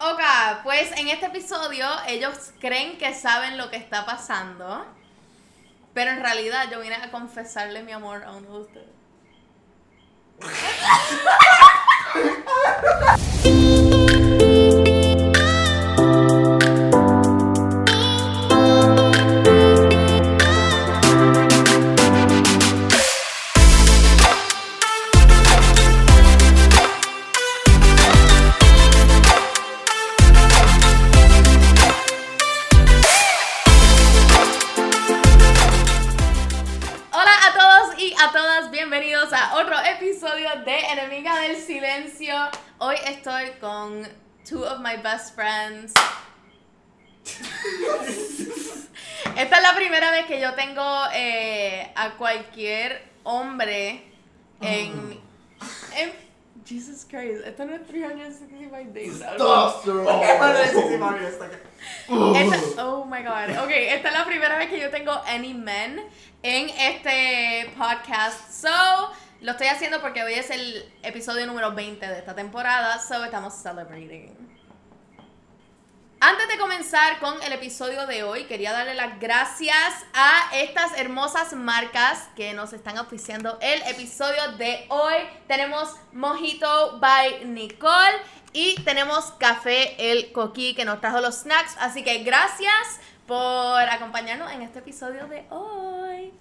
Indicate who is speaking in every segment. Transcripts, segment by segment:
Speaker 1: Ok, pues en este episodio ellos creen que saben lo que está pasando, pero en realidad yo vine a confesarle mi amor a uno de ustedes. Hola a todos y a todas, bienvenidos a otro episodio de Enemiga del Silencio. Hoy estoy con two of my best friends. Esta es la primera vez que yo tengo eh, a cualquier hombre en, en- Jesus Christ, esto no es 365 days.
Speaker 2: Oh.
Speaker 1: Esta- oh my god. Ok, esta es la primera vez que yo tengo any men en este podcast. So, lo estoy haciendo porque hoy es el episodio número 20 de esta temporada. So, estamos celebrating. Antes de comenzar con el episodio de hoy, quería darle las gracias a estas hermosas marcas que nos están auspiciando el episodio de hoy. Tenemos Mojito by Nicole y tenemos Café El Coquí que nos trajo los snacks. Así que gracias por acompañarnos en este episodio de hoy.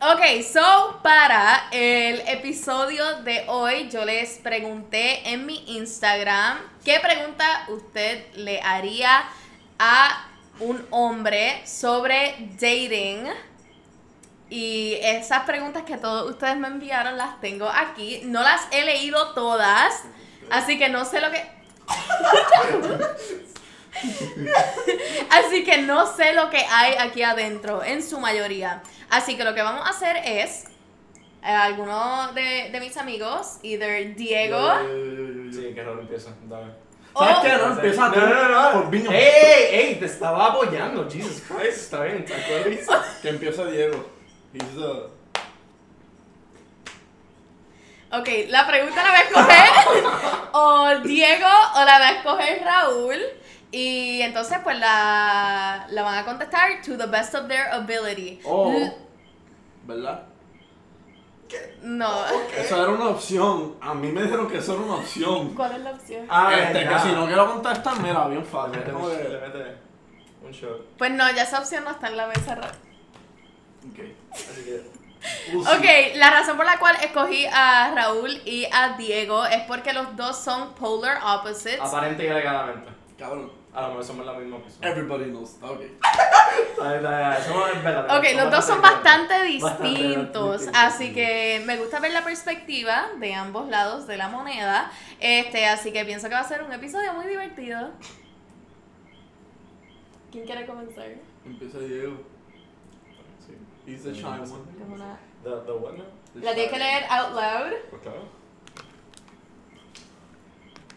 Speaker 1: Ok, so para el episodio de hoy yo les pregunté en mi Instagram qué pregunta usted le haría a un hombre sobre dating. Y esas preguntas que todos ustedes me enviaron las tengo aquí. No las he leído todas, así que no sé lo que... Así que no sé lo que hay aquí adentro, en su mayoría. Así que lo que vamos a hacer es. eh, alguno de, de mis amigos, either Diego.
Speaker 3: Sí, que Raúl empieza. Dame.
Speaker 1: Oh.
Speaker 3: ¿Sabes qué? Raúl empieza.
Speaker 2: No, no, no, no.
Speaker 3: Por vino.
Speaker 2: ¡Ey, ey! ey, Te estaba apoyando, Jesus Christ. Está bien, ¿te acuerdas?
Speaker 3: Que empieza Diego. He's the...
Speaker 1: Ok, la pregunta la va a escoger o Diego o la va a escoger Raúl. Y entonces, pues la, la van a contestar to the best of their ability. L-
Speaker 3: "Oh, ¿Verdad?
Speaker 1: No.
Speaker 3: Esa era una opción. A mí me dijeron que eso era una opción.
Speaker 1: ¿Cuál es la opción?
Speaker 2: Ah,
Speaker 3: este,
Speaker 2: ya.
Speaker 3: que si no quiero contestar, mira, bien
Speaker 2: Le
Speaker 3: fácil.
Speaker 2: mete
Speaker 3: Como
Speaker 2: un-
Speaker 3: que-
Speaker 2: le mete un shot.
Speaker 1: Pues no, ya esa opción no está en la mesa, Raúl.
Speaker 3: Ok.
Speaker 2: Así que.
Speaker 3: Uzi.
Speaker 1: Ok, la razón por la cual escogí a Raúl y a Diego es porque los dos son polar opposites.
Speaker 2: Aparente y alegadamente.
Speaker 3: Cabrón.
Speaker 2: A lo mejor somos la misma persona.
Speaker 3: Everybody knows. that, Ok.
Speaker 2: Está bien, está bien, Somos es verdad.
Speaker 1: Ok, los dos son bastante distintos,
Speaker 2: bastante
Speaker 1: así que me gusta ver la perspectiva de ambos lados de la moneda. Este, así que pienso que va a ser un episodio muy divertido. ¿Quién quiere comenzar?
Speaker 3: Empieza Diego.
Speaker 2: Sí.
Speaker 3: He's the shy one.
Speaker 1: Como una-
Speaker 2: The, the what now?
Speaker 3: The
Speaker 1: La tienes que
Speaker 3: shy
Speaker 1: leer out loud.
Speaker 2: Pues claro.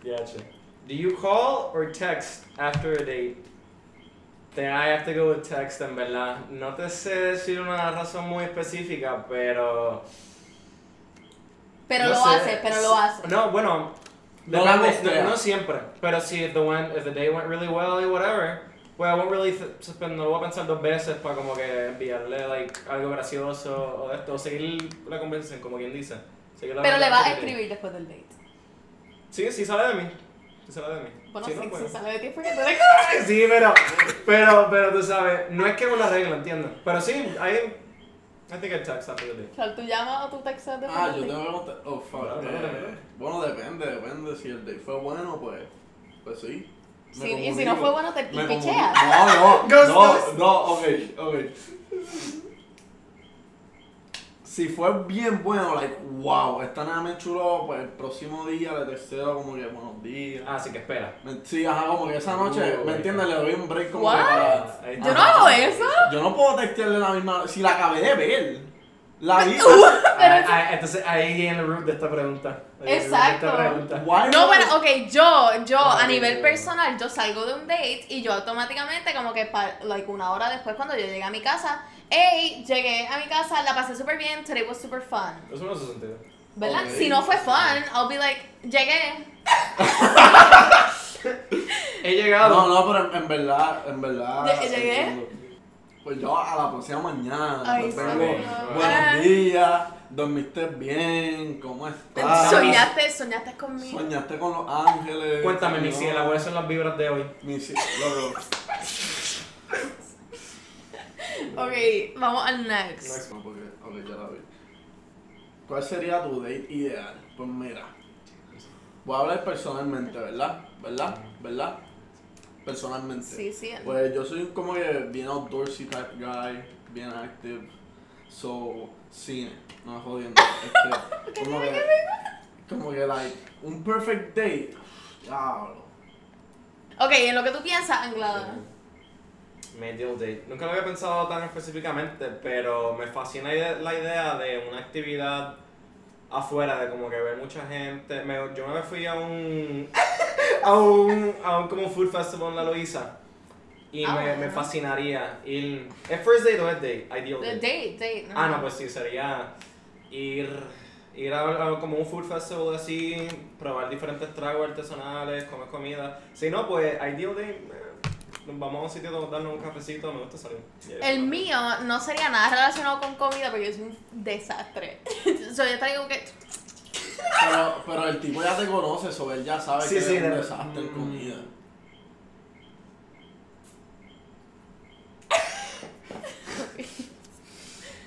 Speaker 2: Gotcha. Do you call or text after a date? ah, Then I have to go with text, en verdad. No te sé decir una razón muy específica, pero.
Speaker 1: Pero
Speaker 2: no
Speaker 1: lo
Speaker 2: sé.
Speaker 1: hace, pero lo hace.
Speaker 2: No, bueno.
Speaker 3: No la
Speaker 2: depende,
Speaker 3: gostea.
Speaker 2: no, no siempre. Pero si if the, one, if the day went really well y whatever, well, I won't really th- spend- no lo voy a pensar dos veces para como que enviarle like, algo gracioso o esto, o seguir la conversación, como quien dice. Seguir la
Speaker 1: Pero le vas a
Speaker 2: conversación.
Speaker 1: escribir después del date.
Speaker 2: Sí, sí sabe de mí. Sí sabe de mí.
Speaker 1: Bueno,
Speaker 2: sí,
Speaker 1: sí,
Speaker 2: no,
Speaker 1: sí,
Speaker 2: bueno.
Speaker 1: sabe de ti porque tú le-
Speaker 2: Sí, pero, pero, pero tú sabes, no es que es una regla, entiendo. Pero sí, I, I think I text after the day.
Speaker 1: Raúl, ¿Tú llamas o tú textas después
Speaker 3: Ah,
Speaker 1: del
Speaker 3: yo
Speaker 1: date?
Speaker 3: tengo que contestar. Oh, fuck.
Speaker 2: No, no, no, no.
Speaker 3: eh, Bueno, depende, depende. Si el date fue bueno, pues. Pues sí. Me
Speaker 1: Sí, y si
Speaker 3: comunico.
Speaker 1: no fue bueno, te
Speaker 3: Me
Speaker 1: picheas.
Speaker 3: comunico. No,
Speaker 2: Ghost,
Speaker 3: no, no,
Speaker 2: ghost.
Speaker 3: no, ok, ok. Si fue bien bueno, like, wow, esta nada me chuló, pues el próximo día le texteo como que buenos días.
Speaker 2: Ah, sí que espera.
Speaker 3: Me- Sí, ajá, como que esa noche,
Speaker 2: Uy.
Speaker 3: ¿me entiendes? Le doy un break como
Speaker 1: What?
Speaker 3: que para...
Speaker 2: Ahí está.
Speaker 1: Yo no hago eso.
Speaker 3: Yo no puedo textearle la misma... Si la acabé de ver,
Speaker 1: Pues
Speaker 3: la vi...
Speaker 2: Ah, ah, entonces ahí viene el root de esta pregunta. Ahí viene el root de esta
Speaker 1: Exacto.
Speaker 2: pregunta.
Speaker 1: No,
Speaker 3: Why not?
Speaker 1: bueno, ok, yo, yo a
Speaker 2: Ay,
Speaker 1: nivel
Speaker 2: Dios.
Speaker 1: personal, yo salgo de un date y yo automáticamente como que, pa- like, una hora después cuando yo llegué a mi casa, hey, llegué a mi casa, la pasé súper bien, today was super fun,
Speaker 2: Eso no hace sentido.
Speaker 1: ¿verdad?
Speaker 3: Ok.
Speaker 1: Si no fue fun, I'll be like, llegué.
Speaker 2: llegado.
Speaker 3: No, no, pero en, en verdad, en verdad.
Speaker 1: ¿Lle- llegué?
Speaker 3: entiendo. Pues yo a la próxima mañana.
Speaker 1: Ay, Ah.
Speaker 3: Yo tengo,
Speaker 1: señor.
Speaker 3: buenos días, dormiste bien, ¿cómo
Speaker 2: Ah.
Speaker 3: estás?
Speaker 1: Soñaste, soñaste conmigo.
Speaker 3: Soñaste con los ángeles.
Speaker 2: Cuéntame, mi
Speaker 3: No.
Speaker 2: ciela, ¿cuáles son las vibras de hoy?
Speaker 3: Mi cielo, loco.
Speaker 1: Ok, vamos al next.
Speaker 3: No, porque, ok, ya la vi. ¿Cuál sería tu date ideal? Pues mira, voy a hablar personalmente, ¿verdad? ¿Verdad? ¿Verdad? Personalmente.
Speaker 1: Sí, sí.
Speaker 3: Pues yo soy como que bien outdoorsy type guy, bien active. So, cine, no jodiendo. Este, como que, como que, like, un perfect date. Diablo.
Speaker 1: Ok, en lo que tú piensas, Anglada.
Speaker 2: Medial date. Nunca lo había pensado tan específicamente, pero me fascina ide- la idea de una actividad afuera, de como que ver mucha gente. Me- yo una vez fui a un, a un, a un como food festival en La Loiza y me,
Speaker 1: Ah.
Speaker 2: me fascinaría ir. ¿Es first date o es date? Ideal
Speaker 1: The
Speaker 2: date.
Speaker 1: date, date. no.
Speaker 2: Ah, no, pues sí, sería ir, ir a, a como un food festival así, probar diferentes tragos artesanales, comer comida. Si no, pues ideal day, eh, nos vamos a un sitio donde darnos un cafecito, me gusta salir.
Speaker 1: El mío no sería nada relacionado con comida porque es un desastre. so, yo traigo que.
Speaker 3: Pero, pero el tipo ya te conoce, so él ya sabe
Speaker 2: Sí,
Speaker 3: que
Speaker 2: sí,
Speaker 3: es
Speaker 2: de-
Speaker 3: un desastre en
Speaker 2: Mm.
Speaker 3: comida.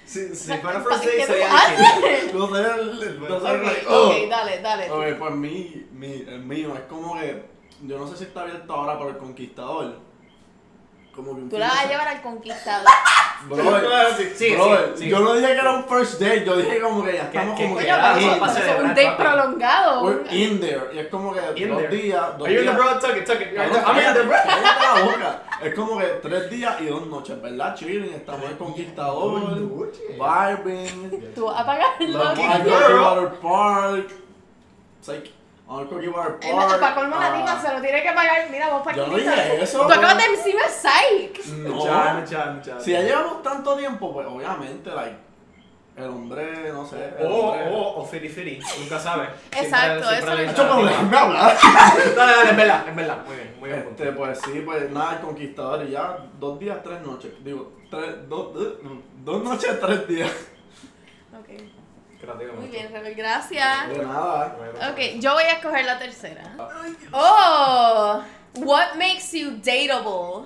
Speaker 2: Si, si
Speaker 1: ¿Para
Speaker 2: fuera
Speaker 1: qué ¿Ah?
Speaker 2: first
Speaker 1: tú
Speaker 2: date sería
Speaker 1: haces?
Speaker 2: distinto.
Speaker 3: No sé, el- el- no
Speaker 1: Ok,
Speaker 3: sé, like,
Speaker 1: ok,
Speaker 3: oh.
Speaker 1: dale, dale.
Speaker 3: Ok, pues mi, mi, el mío es como que. Yo no sé si está abierto ahora para el conquistador. Como que un
Speaker 1: Tú
Speaker 3: fin
Speaker 1: la
Speaker 3: de
Speaker 1: vas a
Speaker 3: se-
Speaker 1: llevar al conquistador.
Speaker 3: Brother,
Speaker 2: Sí, sí,
Speaker 3: brother,
Speaker 2: sí.
Speaker 3: yo no dije que era un first date, yo dije como que ya estamos
Speaker 2: que-
Speaker 3: como
Speaker 1: Oye,
Speaker 3: que.
Speaker 2: Oye,
Speaker 1: pero
Speaker 2: ahí,
Speaker 1: eso-
Speaker 3: ah,
Speaker 2: pasa
Speaker 1: eso
Speaker 2: de
Speaker 1: es un
Speaker 2: verdad,
Speaker 1: date
Speaker 2: papi.
Speaker 1: prolongado.
Speaker 3: We're in there. Y es como que
Speaker 2: In
Speaker 3: dos
Speaker 2: there.
Speaker 3: días, dos
Speaker 2: Are you in the
Speaker 3: días.
Speaker 2: bro? Tuck it, tuck it.
Speaker 3: Cabrón,
Speaker 2: I'm in the bro.
Speaker 3: cállate la boca. Es como que tres días y dos noches, ¿verdad? Chilling, estamos en el conquistador, vibing.
Speaker 1: Tú vas a pagar el
Speaker 3: Vamos
Speaker 1: lote.
Speaker 3: al
Speaker 2: girl.
Speaker 3: Coqui Water Park. It's like, vamos al Coqui Water
Speaker 1: Eh, no,
Speaker 3: Park.
Speaker 1: Para colmo la
Speaker 3: ah,
Speaker 1: tipa se lo tiene que pagar. Pues, Mira, vos para
Speaker 3: Yo no
Speaker 1: aquí,
Speaker 3: dije eso.
Speaker 1: Tú acabas de decirme psych.
Speaker 3: No.
Speaker 2: Chan, chan, chan.
Speaker 3: Si ya llevamos tanto tiempo, pues obviamente, like, el hombre, no sé.
Speaker 2: O,
Speaker 3: el hombre-
Speaker 2: o, o firi firi, nunca sabes. Siempre-
Speaker 1: Exacto,
Speaker 2: siempre
Speaker 1: eso
Speaker 2: le
Speaker 1: no-
Speaker 3: Nacho, pero
Speaker 2: dicen-
Speaker 3: déjame hablar.
Speaker 2: Dale, dale, es verdad, es verdad. Muy bien, muy bien. punto.
Speaker 3: Este, pues sí, pues nada, el conquistador y ya, dos días, tres noches. Digo, tres, dos, eh, dos noches, tres días.
Speaker 1: Ok.
Speaker 2: Creativo,
Speaker 1: Muy
Speaker 2: mucho.
Speaker 1: bien, Rebel, gracias.
Speaker 3: De nada.
Speaker 1: Ok,
Speaker 2: pues.
Speaker 1: yo voy a escoger la tercera. Oh, what makes you dateable?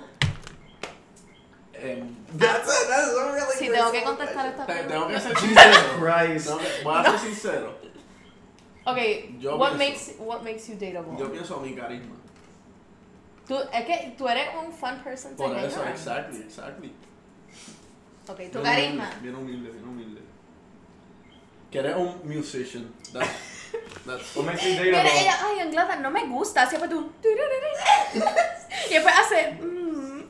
Speaker 3: Eh,
Speaker 2: That's it, that's a really
Speaker 1: Si
Speaker 2: great
Speaker 1: tengo que
Speaker 2: song.
Speaker 1: contestar esta
Speaker 3: te-
Speaker 1: pregunta.
Speaker 3: tengo que ser sincero.
Speaker 2: Christ.
Speaker 3: Tengo que- voy a ser sincero.
Speaker 1: Ok,
Speaker 3: Yo
Speaker 1: what
Speaker 3: pienso-
Speaker 1: makes, what makes you dateable?
Speaker 3: Yo pienso mi carisma.
Speaker 1: Tú, es que tú eres un fun person to
Speaker 3: Por
Speaker 1: hang
Speaker 3: eso,
Speaker 1: around.
Speaker 3: exactly, exactly.
Speaker 1: Ok, tu
Speaker 3: Bien
Speaker 1: carisma.
Speaker 3: humilde, Bien humilde, bien humilde. Que eres un musician. That's, that's
Speaker 2: What makes you
Speaker 1: Mira,
Speaker 2: dateable?
Speaker 1: ella, ay, Anglada, no me gusta. Siempre tú. Y después hace. mm.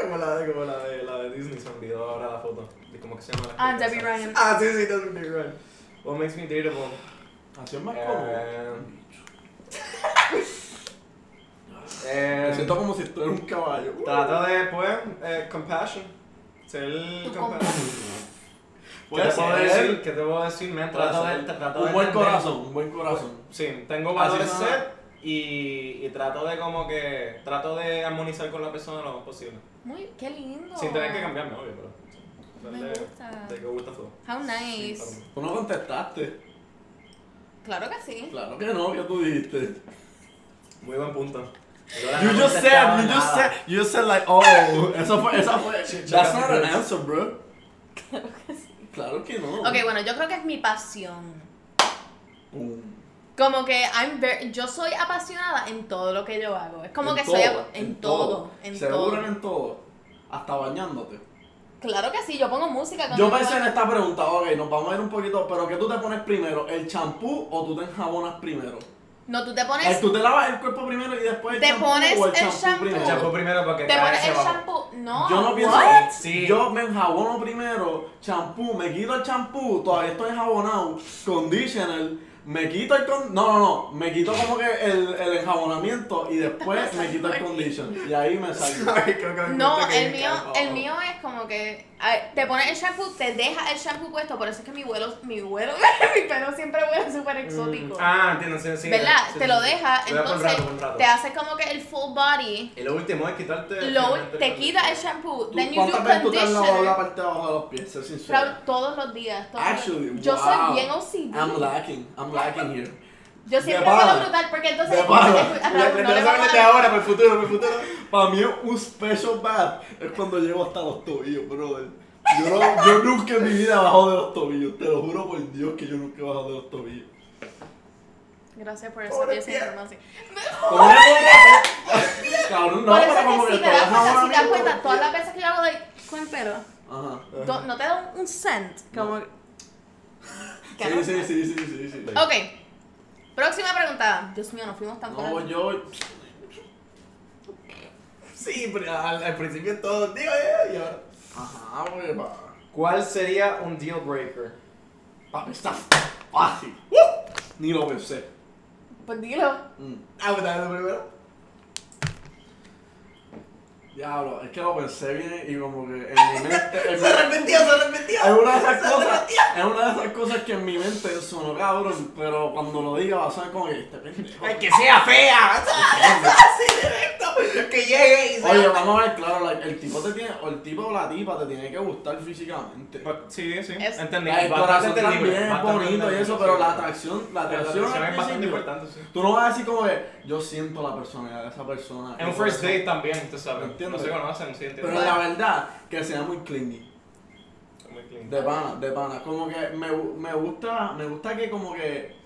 Speaker 2: Como la de, como la de, la de Disney, se me olvidó ahora la foto. De cómo que se llama la
Speaker 1: Ah,
Speaker 2: actriz
Speaker 1: Debbie
Speaker 2: esa.
Speaker 1: Ryan.
Speaker 2: Ah, sí, sí, Debbie Ryan. What makes me dateable?
Speaker 3: Así es más
Speaker 2: Eh,
Speaker 3: cómodo.
Speaker 2: Eh,
Speaker 3: Me siento como si estuviera un caballo.
Speaker 2: Trato de, pues, eh, compassion. Ser
Speaker 1: Tu
Speaker 2: compassion. ¿Qué
Speaker 3: Puede
Speaker 2: te puedo
Speaker 3: ser.
Speaker 2: decir? ¿Qué te puedo decir, man?
Speaker 3: Puede
Speaker 2: Trato de,
Speaker 3: ser.
Speaker 2: trato de
Speaker 3: Un buen
Speaker 2: entender-
Speaker 3: corazón, un buen corazón.
Speaker 2: Sí, tengo
Speaker 3: Así
Speaker 2: valores
Speaker 3: son.
Speaker 2: set y, y trato de como que, trato de armonizar con la persona lo más posible.
Speaker 1: Muy, qué lindo.
Speaker 2: Sin tener que cambiarme, obvio, pero.
Speaker 1: Me gusta.
Speaker 2: De que gusta todo.
Speaker 1: How nice.
Speaker 3: Tú no contestaste.
Speaker 1: Claro que sí.
Speaker 3: Claro que no, que tú dijiste.
Speaker 2: Muy buen punto.
Speaker 3: You just said, you just said, you just said like, oh, eso fue, esa fue. That's not an answer, bro. Claro que no.
Speaker 1: Ok, bueno, yo creo que es mi pasión.
Speaker 3: Um,
Speaker 1: Como que I'm ver- yo soy apasionada en todo lo que yo hago. Es como
Speaker 3: en
Speaker 1: que
Speaker 3: todo,
Speaker 1: soy apa- en, todo, en
Speaker 3: Seguro
Speaker 1: todo.
Speaker 3: que en todo. Hasta bañándote.
Speaker 1: Claro que sí, yo pongo música cuando
Speaker 3: Yo
Speaker 1: me
Speaker 3: pensé en
Speaker 1: baño.
Speaker 3: esta pregunta, ok, nos vamos a ir un poquito, pero ¿qué tú te pones primero? ¿El champú o tú te enjabonas primero?
Speaker 1: No, tú te
Speaker 3: Eh,
Speaker 1: pones
Speaker 3: ¿Tú te lavas el cuerpo primero y después el
Speaker 1: Te
Speaker 3: champú
Speaker 1: pones
Speaker 3: o el
Speaker 1: el
Speaker 3: champú
Speaker 1: shampoo.
Speaker 2: El champú primero porque
Speaker 1: te
Speaker 2: cae
Speaker 1: pones
Speaker 2: hacia
Speaker 1: el
Speaker 2: abajo.
Speaker 1: shampoo. No.
Speaker 3: Yo no pienso.
Speaker 1: what?
Speaker 2: Sí.
Speaker 3: Yo me enjabono primero, champú, me quito el champú, todavía estoy enjabonado, conditioner, me quito el con no no no me quito como que el, el enjabonamiento y después me quito el condition y ahí me salgo
Speaker 1: No, el mío, el mío es como que ay, te pones el shampoo, te deja el shampoo puesto, por eso es que mi vuelo, mi vuelo, mi pelo siempre huele súper
Speaker 4: Mm.
Speaker 1: exótico.
Speaker 2: Ah, entiendo, sí, sí.
Speaker 1: ¿Verdad?
Speaker 2: sí,
Speaker 1: te
Speaker 2: sí,
Speaker 1: lo
Speaker 2: sí.
Speaker 1: deja,
Speaker 2: Te deja por un
Speaker 1: entonces
Speaker 2: rato, por un rato.
Speaker 1: te hace como que el full body,
Speaker 2: Y lo último es quitarte.
Speaker 1: lo,
Speaker 2: finalmente,
Speaker 1: te
Speaker 2: el-
Speaker 1: quita el shampoo,
Speaker 3: ¿Tú-
Speaker 1: then you do
Speaker 3: ¿Cuántas veces tú te has lavado la
Speaker 1: conditioner.
Speaker 3: parte de abajo de los pies? Ser sincero.
Speaker 1: Raúl, Todos los días, todos los-
Speaker 3: Actually,
Speaker 1: yo soy
Speaker 3: wow.
Speaker 1: bien
Speaker 3: I'm
Speaker 1: OCD.
Speaker 3: lacking, I'm lacking here.
Speaker 1: Yo siempre
Speaker 3: palo.
Speaker 1: puedo brutal porque entonces
Speaker 3: De
Speaker 1: escu-
Speaker 3: palo.
Speaker 1: escu- a
Speaker 4: Le,
Speaker 1: Raúl
Speaker 4: le
Speaker 1: no
Speaker 4: tengo
Speaker 1: le
Speaker 4: que
Speaker 1: vamos a
Speaker 4: meter
Speaker 1: dar-
Speaker 4: ahora, para el futuro, para el futuro.
Speaker 3: Para mí un special bath es cuando llego hasta los tobillos, brother. Yo, no- yo nunca en mi vida he bajado de los tobillos, te lo juro por Dios que yo nunca he bajado de los tobillos.
Speaker 1: Gracias por esa
Speaker 4: Pobre
Speaker 1: pieza de
Speaker 4: Pierre.
Speaker 1: información.
Speaker 3: Como una cosa- Cabrón, no,
Speaker 1: por eso
Speaker 3: pero como
Speaker 1: es que
Speaker 3: que
Speaker 1: si
Speaker 3: te
Speaker 1: te das cuenta, si te das
Speaker 3: ahora
Speaker 1: cuenta, todas las veces que yo hago de con el pelo,
Speaker 3: Ajá.
Speaker 1: do- no te da un, un scent. Como. que no.
Speaker 3: Sí, sí, sí, sí, sí, sí.
Speaker 1: Ok. Próxima pregunta. Dios mío, nos fuimos tan
Speaker 3: No,
Speaker 1: fuera.
Speaker 3: yo.
Speaker 4: Sí, pero al, al principio todo, digo, eh, y ahora.
Speaker 3: Ajá, güey, pa.
Speaker 2: ¿Cuál sería un deal breaker?
Speaker 3: Papi, está fácil.
Speaker 1: Uh.
Speaker 3: Ni lo pensé.
Speaker 1: Pues dilo.
Speaker 3: Mm.
Speaker 4: Ah, pues dale lo primero.
Speaker 3: Diablo, es que lo pensé bien y como que en mi mente. en
Speaker 4: Se
Speaker 3: mi-
Speaker 4: arrepintió, se arrepintió.
Speaker 3: Es una de esas
Speaker 4: Se
Speaker 3: cosas,
Speaker 4: arrepintió.
Speaker 3: es una de esas cosas que en mi mente sonó cabrón, pero cuando lo diga va a ser como que este pendejo.
Speaker 4: Ay, que sea fea. Así directo. Que llegue y se.
Speaker 3: Oye, vamos a ver, claro, like, el tipo te tiene, o el tipo o la tipa te tiene que gustar físicamente.
Speaker 2: But- Sí, sí.
Speaker 1: Es-
Speaker 2: Entendí.
Speaker 3: Like, El
Speaker 2: bastante
Speaker 3: corazón
Speaker 2: entendible,
Speaker 3: también es
Speaker 2: bastante
Speaker 3: bonito y
Speaker 2: entendible,
Speaker 3: eso,
Speaker 2: sí.
Speaker 3: pero la atracción, la
Speaker 2: La
Speaker 3: atracción
Speaker 2: atracción es
Speaker 3: al
Speaker 2: bastante
Speaker 3: principio,
Speaker 2: importante, sí.
Speaker 3: Tú no vas a decir como que yo siento la personalidad de esa persona.
Speaker 2: En un
Speaker 3: Y
Speaker 2: first
Speaker 3: por eso-
Speaker 2: date también, tú sabes.
Speaker 3: Entiendo.
Speaker 2: No se conocen, sí, entiendo.
Speaker 3: Pero la verdad, que sea muy clingy.
Speaker 2: Muy clean.
Speaker 3: De pana, de pana. Como que me, gu- me gusta, me gusta que como que,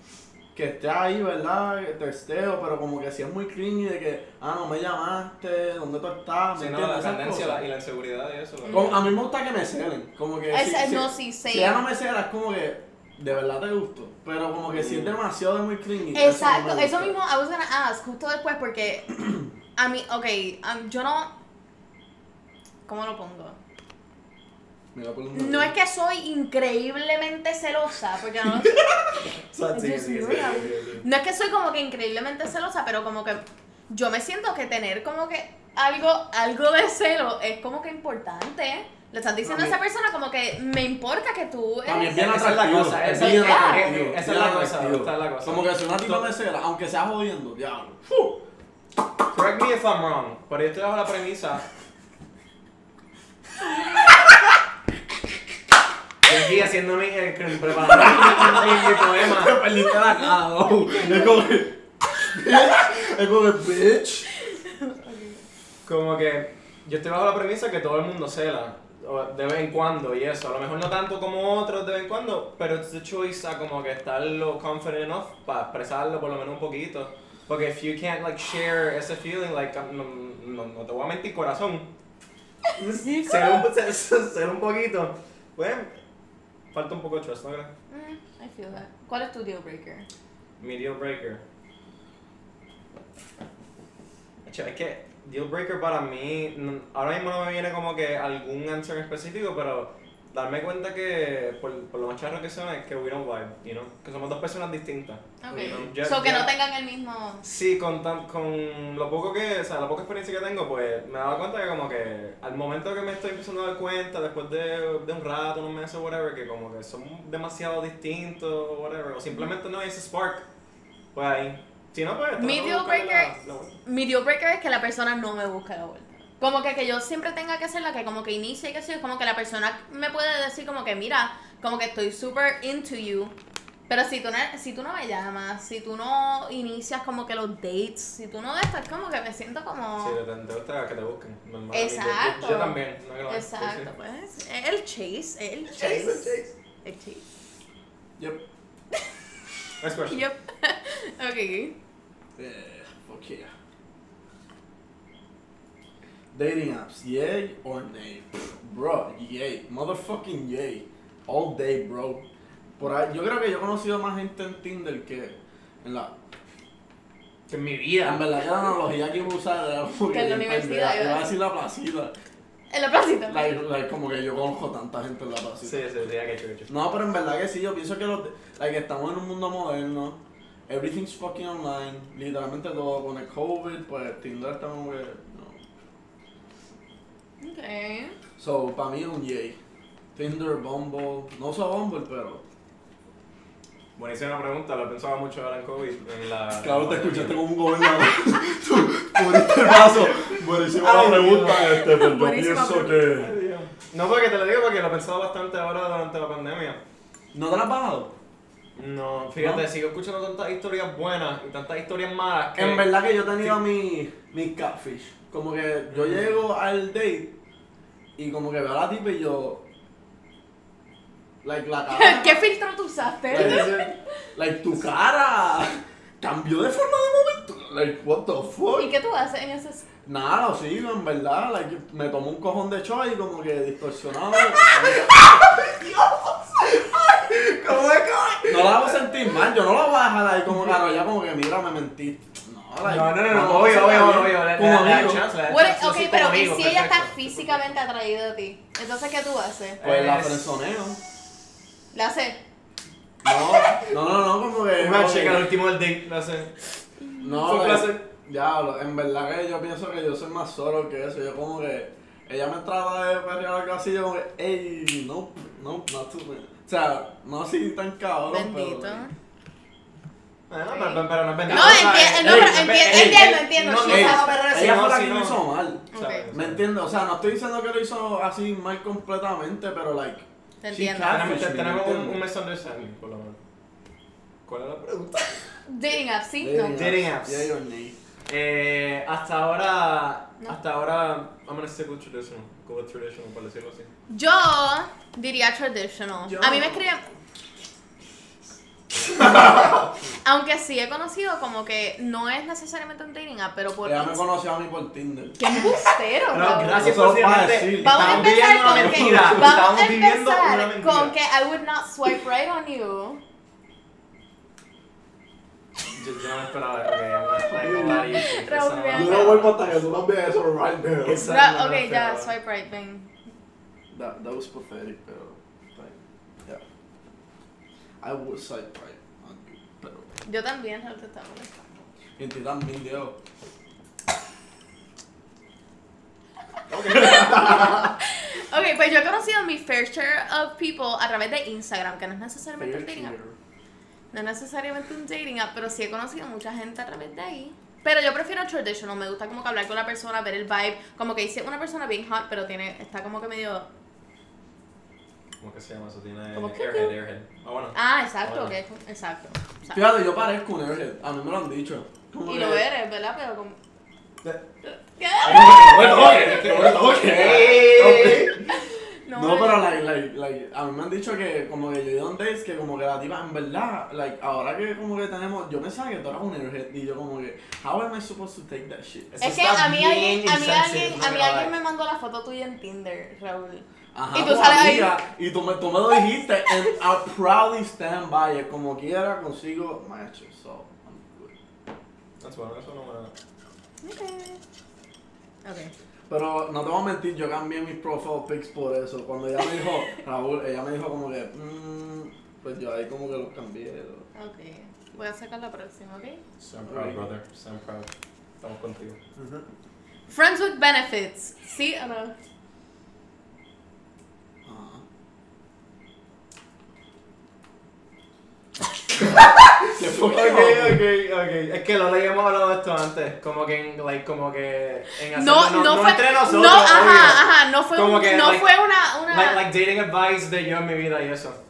Speaker 3: que esté ahí, ¿verdad? Que Texteo, pero como que si es muy clingy de que, ah, no me llamaste, ¿dónde tú estás? ¿Me
Speaker 2: Sí, no,
Speaker 3: entiendes?
Speaker 2: la
Speaker 3: Esas
Speaker 2: dependencia
Speaker 3: cosas.
Speaker 2: la- y la inseguridad y eso. la-
Speaker 3: Como- a mí me gusta que me celen. Como que
Speaker 1: Es- es-
Speaker 3: si,
Speaker 1: no, sí,
Speaker 3: Eh, si
Speaker 1: same.
Speaker 3: ella no me cela, es como que de verdad te gusto. Pero como que si
Speaker 2: Mm.
Speaker 3: es demasiado de muy clingy. eso no me
Speaker 1: Exacto.
Speaker 3: gusta.
Speaker 1: Eso mismo, I was gonna ask justo después porque. A mí, ok, um, yo no. ¿Cómo lo pongo?
Speaker 3: Mira por un
Speaker 1: No es que soy increíblemente celosa, porque no lo soy.
Speaker 4: Sí, sí, sí, sí, sí, sí.
Speaker 1: No es que soy como que increíblemente celosa, pero como que yo me siento que tener como que algo, algo de celo es como que importante. Le estás diciendo a,
Speaker 3: Mami.
Speaker 1: esa persona como que me importa que tú eres.
Speaker 3: También bien
Speaker 2: Esa es la
Speaker 3: atractivo.
Speaker 2: cosa,
Speaker 3: es
Speaker 2: esa
Speaker 3: bien
Speaker 1: es la-
Speaker 3: atractivo,
Speaker 2: esa es
Speaker 3: bien
Speaker 2: la cosa,
Speaker 3: atractivo.
Speaker 2: esa es la cosa.
Speaker 3: Como que si una tipa me cela, aunque sea jodiendo, diablo. ¡fu!
Speaker 2: Correct me if I'm wrong, pero yo te dejo la premisa. Yo aquí haciendo mi eh, preparando mi, mi poema.
Speaker 3: Te perdiste la cara, bro. Es como que. Es como que, bitch.
Speaker 2: Como que yo estoy bajo la premisa que todo el mundo cela o de vez en cuando y eso. A lo mejor no tanto como otros de vez en cuando, pero it's the choice a como que estarlo confident enough para expresarlo por lo menos un poquito. Porque if you can't like share ese feeling, like um, no, no, no te voy a mentir corazón. ser, un, ser, ser un poquito. Bueno, falta un poco de trust, ¿no crees?
Speaker 1: Mm, I feel that. ¿Cuál es tu deal breaker?
Speaker 2: Mi deal breaker. Acho, Es que deal breaker para mí, no- ahora mismo no me viene como que algún answer en específico, pero darme cuenta que, por, por lo más charro que son, es que we don't vibe, you know? Que somos dos personas distintas. you know?
Speaker 1: Ok.
Speaker 2: Ya-
Speaker 1: so que
Speaker 2: ya-
Speaker 1: no tengan el mismo.
Speaker 2: Sí, con, tan- con lo poco que, o sea, la poca experiencia que tengo, pues me he dado cuenta que como que al momento que me estoy empezando a dar cuenta, después de, de un rato, unos meses, whatever, que como que son demasiado distintos, whatever, o simplemente no hay ese spark, pues ahí. Si no, pues... trato
Speaker 1: Mi
Speaker 2: de
Speaker 1: deal
Speaker 2: buscarle
Speaker 1: breaker-
Speaker 2: la- la-
Speaker 1: Mi deal breaker es que la persona no me busque la vuelta. Como que, que yo siempre tenga que ser la que como que inicie y que sea, como que la persona me puede decir como que mira, como que estoy super into you. Pero si tú, no, si tú no me llamas, si tú no inicias como que los dates, si tú no estás como que me siento como...
Speaker 2: Sí, te, te gusta que te busquen. normal. Y yo-
Speaker 1: Exacto.
Speaker 2: Yo, yo también. No creo, sí, sí.
Speaker 1: Exacto, pues. es El chase, es el
Speaker 4: Chase,
Speaker 1: chase.
Speaker 4: chase.
Speaker 1: El chase.
Speaker 3: Yep.
Speaker 2: Next question.
Speaker 1: Yup. ok.
Speaker 3: Eh, fuck yeah. Dating apps, yay or nay? Bro, yay. Motherfucking yay. All day, bro. Por ahí, yo creo que yo he conocido más gente en Tinder que en la.
Speaker 2: Que en mi vida.
Speaker 3: En verdad, que la analogía que iba a usar era como
Speaker 1: Que en la
Speaker 3: bien
Speaker 1: universidad,
Speaker 3: pendeja.
Speaker 1: iba a
Speaker 3: Iba a decir la placita.
Speaker 1: En la placita.
Speaker 3: Like, like, como que yo conozco tanta gente en la plaza.
Speaker 2: Sí, sí, sí, que chucho.
Speaker 3: No, pero en verdad que sí, yo pienso que los, like, estamos en un mundo moderno. Everything's fucking online. Literalmente todo con el COVID, pues Tinder está como que. No.
Speaker 1: Ok.
Speaker 3: So, para mí es un yay. Tinder, Bumble. No uso Bumble, pero.
Speaker 2: Buenísima pregunta, la pensaba mucho ahora en COVID. En la,
Speaker 3: Claro, te escuchaste como un gobernador. Tú moriste el brazo. Buenísima
Speaker 2: Ay,
Speaker 3: la pregunta,
Speaker 2: Dios.
Speaker 3: este, pero yo
Speaker 1: Buenísima
Speaker 3: pienso
Speaker 2: Ay,
Speaker 3: que.
Speaker 2: Dios. No, porque te lo digo porque lo he pensado bastante ahora durante la pandemia.
Speaker 3: ¿No te la has bajado?
Speaker 2: No, fíjate,
Speaker 3: ¿No?
Speaker 2: sigo escuchando tantas historias buenas y tantas historias malas que...
Speaker 3: En verdad que yo tenía mi, mi catfish. Como que yo llego al date y como que veo a la tipa y yo. Like la cara.
Speaker 1: ¿Qué filtro tú usaste?
Speaker 3: like, like, tu cara cambió de forma de momento. Like what the
Speaker 1: ¿Y
Speaker 3: fuck.
Speaker 1: qué tú haces en ese
Speaker 3: Nada, sí, en verdad. Like, me tomó un cojón de choy y como que distorsionado.
Speaker 4: ¿Cómo es que?
Speaker 3: No la voy a sentir mal, yo no la voy a dejar ahí como caro, ya como que mira, me mentiste. No, like,
Speaker 2: No, no, no, no,
Speaker 3: vamos a
Speaker 2: obvio,
Speaker 3: ser
Speaker 2: obvio,
Speaker 3: amigos,
Speaker 2: obvio, le- le-
Speaker 3: Como
Speaker 2: le da
Speaker 3: amigos.
Speaker 2: chance, le da
Speaker 1: What
Speaker 2: chance,
Speaker 1: if- ok,
Speaker 2: sí, como
Speaker 1: pero
Speaker 2: amigo,
Speaker 1: ¿y si ella está
Speaker 2: perfecto.
Speaker 1: físicamente atraída a ti? Entonces, ¿qué tú haces?
Speaker 3: Pues la
Speaker 2: Es-
Speaker 3: frenzoneo.
Speaker 1: ¿Le haces?
Speaker 3: No, no, no, no, como que.
Speaker 2: Una
Speaker 3: como
Speaker 2: chica,
Speaker 3: que-
Speaker 2: el último del date, no sé.
Speaker 3: No,
Speaker 2: Fue un
Speaker 3: eh,
Speaker 2: placer.
Speaker 3: diablo, en verdad que yo pienso que yo soy más solo que eso. Yo como que ella me trata de perrear algo así, yo como que, ey, no, no, no, tú, me-". o sea, no así tan cabrón,
Speaker 1: Bendito.
Speaker 3: pero.
Speaker 2: Bueno, pero, pero, pero no es
Speaker 1: No,
Speaker 2: bendito.
Speaker 1: entiendo, no, pero
Speaker 3: ey, ey,
Speaker 1: entiendo,
Speaker 2: ey,
Speaker 1: entiendo,
Speaker 2: ey,
Speaker 1: entiendo.
Speaker 2: no,
Speaker 1: sí,
Speaker 2: no,
Speaker 3: Ey,
Speaker 1: o sea,
Speaker 2: no, pero-
Speaker 3: ella fue la
Speaker 2: sí,
Speaker 3: que
Speaker 2: no.
Speaker 3: lo hizo mal.
Speaker 2: ¿sabes?
Speaker 1: Ok.
Speaker 3: ¿Me entiendes? O sea, no estoy diciendo que lo hizo así mal completamente, pero like.
Speaker 1: Te
Speaker 3: she
Speaker 1: entiendo.
Speaker 3: catfished
Speaker 2: Tenemos,
Speaker 3: me,
Speaker 2: tenemos
Speaker 3: ¿me
Speaker 2: un,
Speaker 3: entiendes?
Speaker 2: un misunderstanding, por lo menos. ¿Cuál es la pregunta?
Speaker 1: Dating app, sí,
Speaker 3: Dating
Speaker 1: no.
Speaker 3: apps.
Speaker 2: Dating apps.
Speaker 3: Yeah, your name.
Speaker 2: Eh, hasta ahora,
Speaker 1: No.
Speaker 2: hasta ahora, I'm gonna stick with traditional, go with traditional, por decirlo así.
Speaker 1: Yo diría traditional.
Speaker 3: Yo-
Speaker 1: A mí me escriben. Aunque sí he conocido como que no es necesariamente un dating app, pero por.
Speaker 3: Ella me conoció a mí por Tinder.
Speaker 1: ¡Qué embustero!
Speaker 2: Pero
Speaker 1: cabrón!
Speaker 2: gracias
Speaker 3: Eso
Speaker 2: por
Speaker 3: lo va a
Speaker 2: decirme.
Speaker 3: decir.
Speaker 1: Vamos a
Speaker 2: Estamos
Speaker 1: empezar
Speaker 2: viviendo
Speaker 1: con
Speaker 2: una
Speaker 1: que,
Speaker 2: mentira.
Speaker 1: vamos
Speaker 2: Estamos
Speaker 1: a
Speaker 2: viviendo una
Speaker 1: empezar
Speaker 2: mentira.
Speaker 1: con que I would not swipe right on you.
Speaker 2: Yo, yo no me esperaba que me llamaran.
Speaker 1: Raúl, vean.
Speaker 3: Yo no vuelvo hasta que tú no veas eso right now.
Speaker 2: Esa-
Speaker 1: Ra-
Speaker 2: no, no,
Speaker 1: ok, ya,
Speaker 2: pero-
Speaker 1: swipe right, ven.
Speaker 3: That, that was pathetic, pero. Like, yeah. I would side right on you, pero.
Speaker 1: Yo también, Raúl, te estaba molestando.
Speaker 3: Y te dan mil dedos.
Speaker 1: Ok, pues yo he conocido mi fair share of people a través de Instagram, que no es necesariamente un dating app. No es necesariamente un dating app, pero sí he conocido mucha gente a través de ahí. Pero yo prefiero traditional, me gusta como que hablar con la persona, ver el vibe, como que dice una persona bien hot, pero tiene está como que medio,
Speaker 2: ¿Cómo que se llama eso? Tiene
Speaker 1: Como que-
Speaker 2: airhead, airhead. Ah, bueno.
Speaker 1: ah, exacto,
Speaker 2: Bueno.
Speaker 1: ok, exacto. exacto.
Speaker 3: Fíjate, yo parezco un airhead. A mí me lo han dicho. Como
Speaker 1: Y
Speaker 3: que-
Speaker 1: lo eres, ¿verdad? Pero como ¿Qué?
Speaker 3: Bueno, ok, bueno, ok.
Speaker 2: Eh.
Speaker 3: No, pero like, like, like, a mí me han dicho que como que yo he ido a un dates que como que la tipa, en verdad, like, ahora que como que tenemos, yo pensaba que tú eras un airhead y yo como que, how am I supposed to take that shit?
Speaker 2: Eso
Speaker 1: Es que
Speaker 2: está
Speaker 1: a mí
Speaker 2: bien
Speaker 1: alguien, a mí
Speaker 2: insensitive,
Speaker 1: alguien,
Speaker 2: no
Speaker 1: a mí
Speaker 2: me la
Speaker 1: alguien
Speaker 2: da.
Speaker 1: me mandó la foto tuya en Tinder, Raúl.
Speaker 3: Ajá,
Speaker 1: Y tú
Speaker 3: pues,
Speaker 1: sales ahí.
Speaker 3: amiga, Y tú me, tú me lo dijiste, and I proudly stand by it. Como quiera, consigo matches, so I'm good.
Speaker 2: That's bueno, eso no me-
Speaker 1: Ok. Ok.
Speaker 3: Pero no te voy a mentir, yo cambié mis profile pics por eso. Cuando ella me dijo, Raúl, ella me dijo como que, mm, pues yo ahí como que los cambié. lo-
Speaker 1: Ok. Voy a sacar la próxima, ¿ok?
Speaker 2: So I'm proud, brother. So I'm proud. Estamos contigo.
Speaker 1: Friends with benefits. ¿Sí o Ah, no?
Speaker 3: Ajá. ¿Qué fue?
Speaker 2: Ok, ok, ok. Es que lo habíamos hablado de esto antes. Como que en, like, como que en hacer-
Speaker 1: No, no, fue.
Speaker 2: entre nosotros.
Speaker 1: no, ajá,
Speaker 2: obvio.
Speaker 1: ajá. No fue,
Speaker 2: Como
Speaker 1: un-
Speaker 2: que,
Speaker 1: no
Speaker 2: like-
Speaker 1: fue una. una
Speaker 2: Like, like dating advice de yo en mi vida y eso.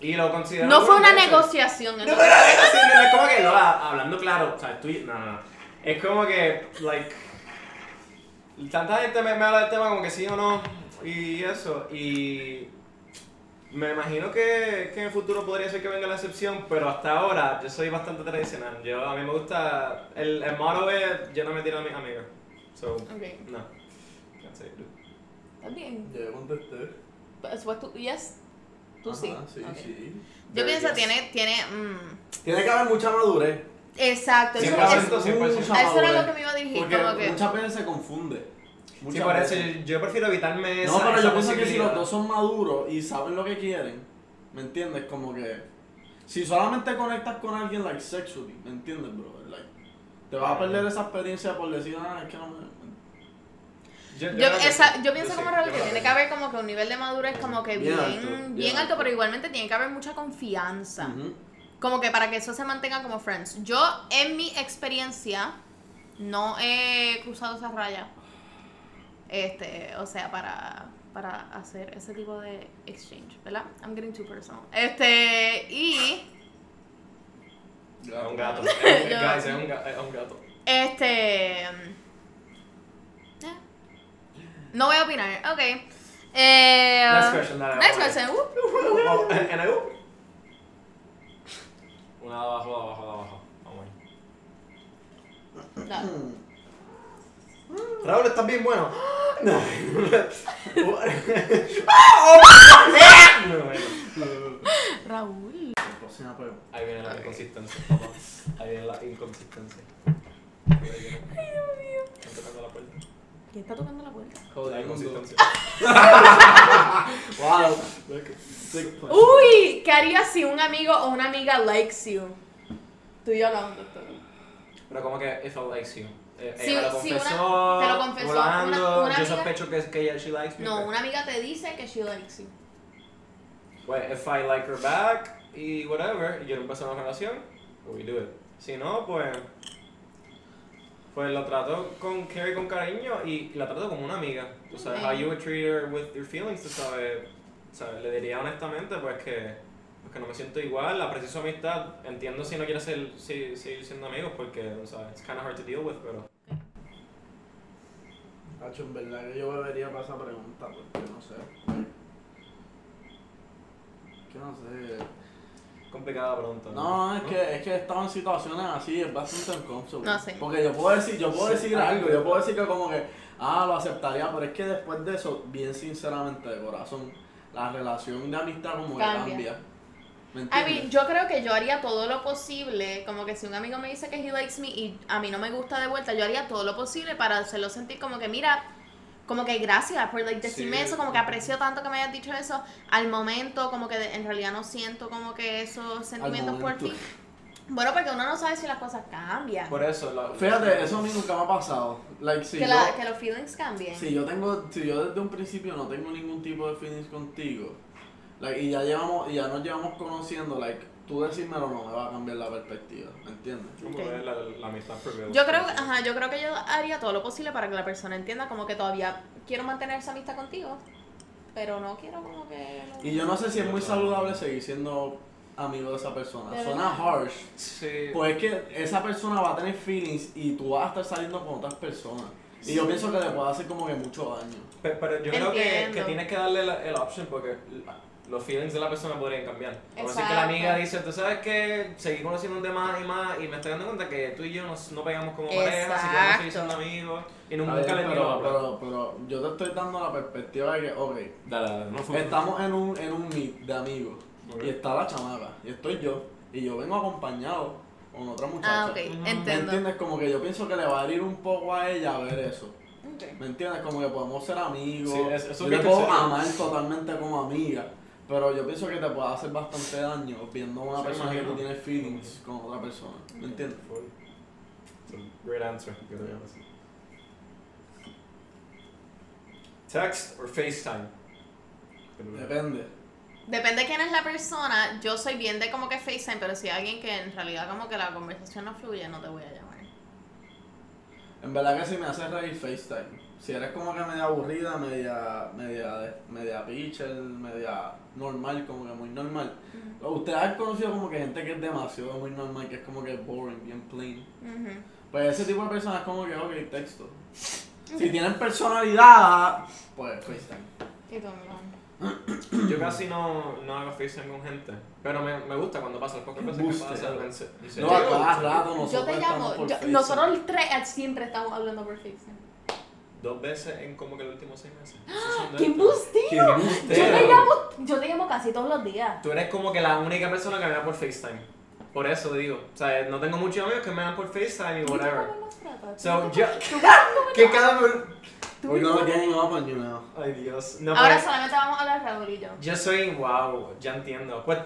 Speaker 2: Y lo considero.
Speaker 1: no fue una
Speaker 2: bueno, eso.
Speaker 1: negociación.
Speaker 2: No, pero es así, no, no, es como que lo ha- hablando claro, o sea, tú y- no, no, no. Es como que, like, tanta gente me, me habla del tema como que sí o no, y eso, y me imagino que, que en el futuro podría ser que venga la excepción, pero hasta ahora yo soy bastante tradicional. Yo, a mí me gusta, el, el motto es, yo no me tiro a mis amigos, so,
Speaker 1: Ok.
Speaker 2: no. That's it.
Speaker 1: Está bien.
Speaker 3: Yo contesté.
Speaker 1: Pues, pues, tú, yes. Tú
Speaker 3: Ajá,
Speaker 1: sí.
Speaker 3: Sí,
Speaker 1: Ok.
Speaker 3: sí.
Speaker 1: Yo
Speaker 2: Very
Speaker 1: pienso,
Speaker 2: yes.
Speaker 1: tiene. tiene mm,
Speaker 3: Tiene que haber mucha madurez.
Speaker 1: exacto. Eso,
Speaker 3: Tiene
Speaker 1: eso-
Speaker 3: que
Speaker 2: Siempre
Speaker 3: haber
Speaker 2: hablando,
Speaker 3: mucha
Speaker 2: 100%.
Speaker 1: eso era
Speaker 3: madurez.
Speaker 1: lo que me iba a dirigir.
Speaker 3: Porque
Speaker 1: como que.
Speaker 3: muchas veces se confunde.
Speaker 2: Sí,
Speaker 3: Muchas
Speaker 2: por eso
Speaker 3: veces.
Speaker 2: yo, yo prefiero evitarme esa
Speaker 3: No, pero
Speaker 2: esa
Speaker 3: yo pienso que si
Speaker 2: posibilidad.
Speaker 3: los dos son maduros y saben lo que quieren, ¿me entiendes? Como que si solamente conectas con alguien like sexually, ¿me entiendes, bro? Like, te vas a perder esa experiencia por decir, ah, es que no me.
Speaker 1: Yo,
Speaker 2: creo que
Speaker 1: esa-
Speaker 2: sí.
Speaker 1: yo pienso
Speaker 2: sí,
Speaker 1: como Raúl
Speaker 2: yo
Speaker 1: que
Speaker 2: creo
Speaker 1: tiene que haber como que un nivel de madurez como que bien,
Speaker 3: Bien
Speaker 1: bien,
Speaker 3: alto,
Speaker 1: alto,
Speaker 3: bien alto.
Speaker 1: pero igualmente tiene que haber mucha confianza.
Speaker 3: Ujú.
Speaker 1: Como que para que eso se mantenga como friends. Yo, en mi experiencia, no he cruzado esa raya. Este, o sea, para, para hacer ese tipo de exchange, ¿verdad? I'm getting too personal. Este, y
Speaker 2: que Es
Speaker 3: Ya,
Speaker 2: un gato. Es un-
Speaker 1: Yo-
Speaker 2: guys, es un ga- es un gato.
Speaker 1: este. yeah. No voy a opinar, ok. Eh,
Speaker 2: Next question, dale,
Speaker 1: Next
Speaker 2: vamos.
Speaker 1: question. Whoop.
Speaker 2: Oh, and- and I hope- Una de abajo, de abajo, de abajo. Vamos ahí.
Speaker 1: No.
Speaker 2: Raúl, estás bien bueno. No. No, bueno.
Speaker 1: Raúl.
Speaker 3: Próxima pregunta.
Speaker 2: Ahí viene la inconsistencia, papá. Ahí viene la inconsistencia. Ahí viene. Están tocando la puerta.
Speaker 1: ¿Quién está tocando la puerta?
Speaker 2: La
Speaker 3: Joder,
Speaker 2: inconsistencia.
Speaker 3: Wow. like, sick plan.
Speaker 1: Uy, ¿qué harías si un amigo o una amiga likes you? Tú y yo hablamos de esto.
Speaker 2: Pero como que, if I likes you. Eh,
Speaker 1: Sí,
Speaker 2: ella me lo
Speaker 1: sí, una-
Speaker 2: confesó.
Speaker 1: te lo confesó,
Speaker 2: volando,
Speaker 1: una- una amiga-
Speaker 2: yo sospecho que, que ella, she likes me.
Speaker 1: No,
Speaker 2: pero-
Speaker 1: una amiga te dice que she likes you.
Speaker 2: Well, if I like her back y whatever, y yo no empiezo una relación, we do it. Si no, pues. Pues lo trato con care y con cariño y la trato como una amiga. Tú sabes, how you would treat her with your feelings, tú sabes. sabes, Le diría honestamente, pues que. pues, que no me siento igual, aprecio su amistad. Entiendo si no quieres ser, si, seguir siendo amigos porque, o sea, it's kind of hard to deal with, pero.
Speaker 3: Hacho, en verdad que yo bebería para esa pregunta porque no sé. Que no sé.
Speaker 2: Complicada pregunta.
Speaker 3: No, es que, es que he estado en situaciones así, es bastante uncomfortable.
Speaker 1: No, Ah, sí.
Speaker 3: Porque yo puedo decir, yo puedo
Speaker 2: Sí.
Speaker 3: decir algo, yo puedo decir que como que, ah, lo aceptaría, pero es que después de eso, bien sinceramente, de corazón, la relación de amistad como
Speaker 1: Cambia.
Speaker 3: que cambia. ¿Me
Speaker 1: I
Speaker 3: entiendes?
Speaker 1: mean, yo creo que yo haría todo lo posible, como que si un amigo me dice que he likes me y a mí no me gusta de vuelta, yo haría todo lo posible para hacerlo sentir como que, mira, como que gracias por like, decirme
Speaker 2: Sí.
Speaker 1: eso, como que aprecio tanto que me hayas dicho eso al momento, como que de- en realidad no siento como que esos sentimientos por ti.
Speaker 3: momento.
Speaker 1: Bueno, porque uno no sabe si las cosas cambian.
Speaker 2: Por eso. La,
Speaker 3: Fíjate, eso a mí nunca me ha pasado. Like, si
Speaker 1: que,
Speaker 3: yo,
Speaker 1: la- que los feelings cambien.
Speaker 3: si yo tengo, si yo desde un principio no tengo ningún tipo de feelings contigo, like, y ya llevamos, y ya nos llevamos conociendo, like, tú decírmelo no me va a cambiar la perspectiva, ¿me entiendes?
Speaker 2: Como es la, la amistad primero.
Speaker 1: Yo creo, ajá, yo creo que yo haría todo lo posible para que la persona entienda como que todavía quiero mantener esa amistad contigo, pero no quiero como que...
Speaker 3: Y yo no sé si es muy saludable seguir siendo amigo de esa persona.
Speaker 1: De
Speaker 3: Suena
Speaker 1: verdad.
Speaker 3: harsh.
Speaker 2: Sí.
Speaker 3: Pues es que esa persona va a tener feelings y tú vas a estar saliendo con otras personas. Y yo pienso que le puede hacer como que mucho daño.
Speaker 2: Pe- Pero, yo creo que,
Speaker 1: Entiendo.
Speaker 2: que tienes que darle la- el option porque la- los feelings de la persona podrían cambiar. Como decir que la
Speaker 1: Exacto.
Speaker 2: amiga dice, tú sabes que seguí conociéndote más y más y me estoy dando cuenta que tú y yo nos, no pegamos como pareja, así que vamos a seguir siendo
Speaker 1: Exacto.
Speaker 2: amigos y
Speaker 3: A
Speaker 2: nunca
Speaker 3: ver,
Speaker 2: le
Speaker 3: pero,
Speaker 2: quiero
Speaker 3: pero, pero yo te estoy dando la perspectiva de que, ok,
Speaker 2: Dale, dale, no fue.
Speaker 3: estamos en un, en un meet de amigos
Speaker 2: Ok.
Speaker 3: y está la chamaca y estoy yo y yo vengo acompañado con otra muchacha.
Speaker 1: Ah, ok,
Speaker 2: Ujú.
Speaker 3: ¿Me
Speaker 1: entiendo.
Speaker 3: entiendes? Como que yo pienso que le va a herir un poco a ella ver eso.
Speaker 1: Ok.
Speaker 3: ¿Me entiendes? Como que podemos ser amigos.
Speaker 2: Sí, es- eso
Speaker 3: yo
Speaker 2: que
Speaker 3: te
Speaker 2: te
Speaker 3: puedo
Speaker 2: sé.
Speaker 3: amar totalmente como amiga. Pero yo pienso que te puede hacer bastante daño viendo a una
Speaker 2: Sí,
Speaker 3: persona que tú
Speaker 2: imagino.
Speaker 3: tienes feelings con otra persona. ¿Me entiendes?
Speaker 2: Full. It's a Great answer. Good answer. Text or FaceTime.
Speaker 3: Depende.
Speaker 1: Depende de quién es la persona, yo soy bien de como que FaceTime, pero si hay alguien que en realidad como que la conversación no fluye, no te voy a llamar.
Speaker 3: En verdad que si me hace reír FaceTime. Si eres como que media aburrida, media, media, media pitcher, media normal, como que muy normal. Ustedes han conocido como que gente que es demasiado muy normal, que es como que boring, bien plain.
Speaker 1: Ujú.
Speaker 3: Pues ese tipo de personas es como que, ok, texto. Si tienen personalidad, pues FaceTime.
Speaker 1: Y tú, Milán.
Speaker 2: Yo casi no, no hago FaceTime con gente, pero me, me gusta cuando pasa, pocas veces que
Speaker 3: Embuste.
Speaker 2: pasa. en se- en
Speaker 3: No,
Speaker 2: serio.
Speaker 3: a cada rato nosotros
Speaker 1: Yo te
Speaker 3: estamos
Speaker 1: llamo,
Speaker 3: por
Speaker 1: yo-
Speaker 3: FaceTime.
Speaker 1: nosotros tres siempre estamos hablando por FaceTime.
Speaker 2: Dos veces en como que los últimos seis meses. Esos son
Speaker 1: ¡Ah! ¡Qué
Speaker 2: de-
Speaker 1: embustero!
Speaker 3: ¡Qué
Speaker 1: Yo te
Speaker 3: embustero!
Speaker 1: llamo, yo te llamo casi todos los días.
Speaker 2: Tú eres como que la única persona que me da por FaceTime. Por eso digo. O sea, no tengo muchos amigos que me dan por FaceTime y whatever.
Speaker 1: ¿Cómo los tratas?
Speaker 2: So, yo.
Speaker 1: ¿Tú cómo-
Speaker 2: ¿Qué cada
Speaker 1: tú
Speaker 3: We're
Speaker 1: mismo.
Speaker 3: not getting up on you now.
Speaker 2: Ay, Dios. No,
Speaker 1: Ahora
Speaker 2: pero-
Speaker 1: solamente vamos a hablar de Raúl y yo.
Speaker 2: Yo soy, wow, ya entiendo. Pues,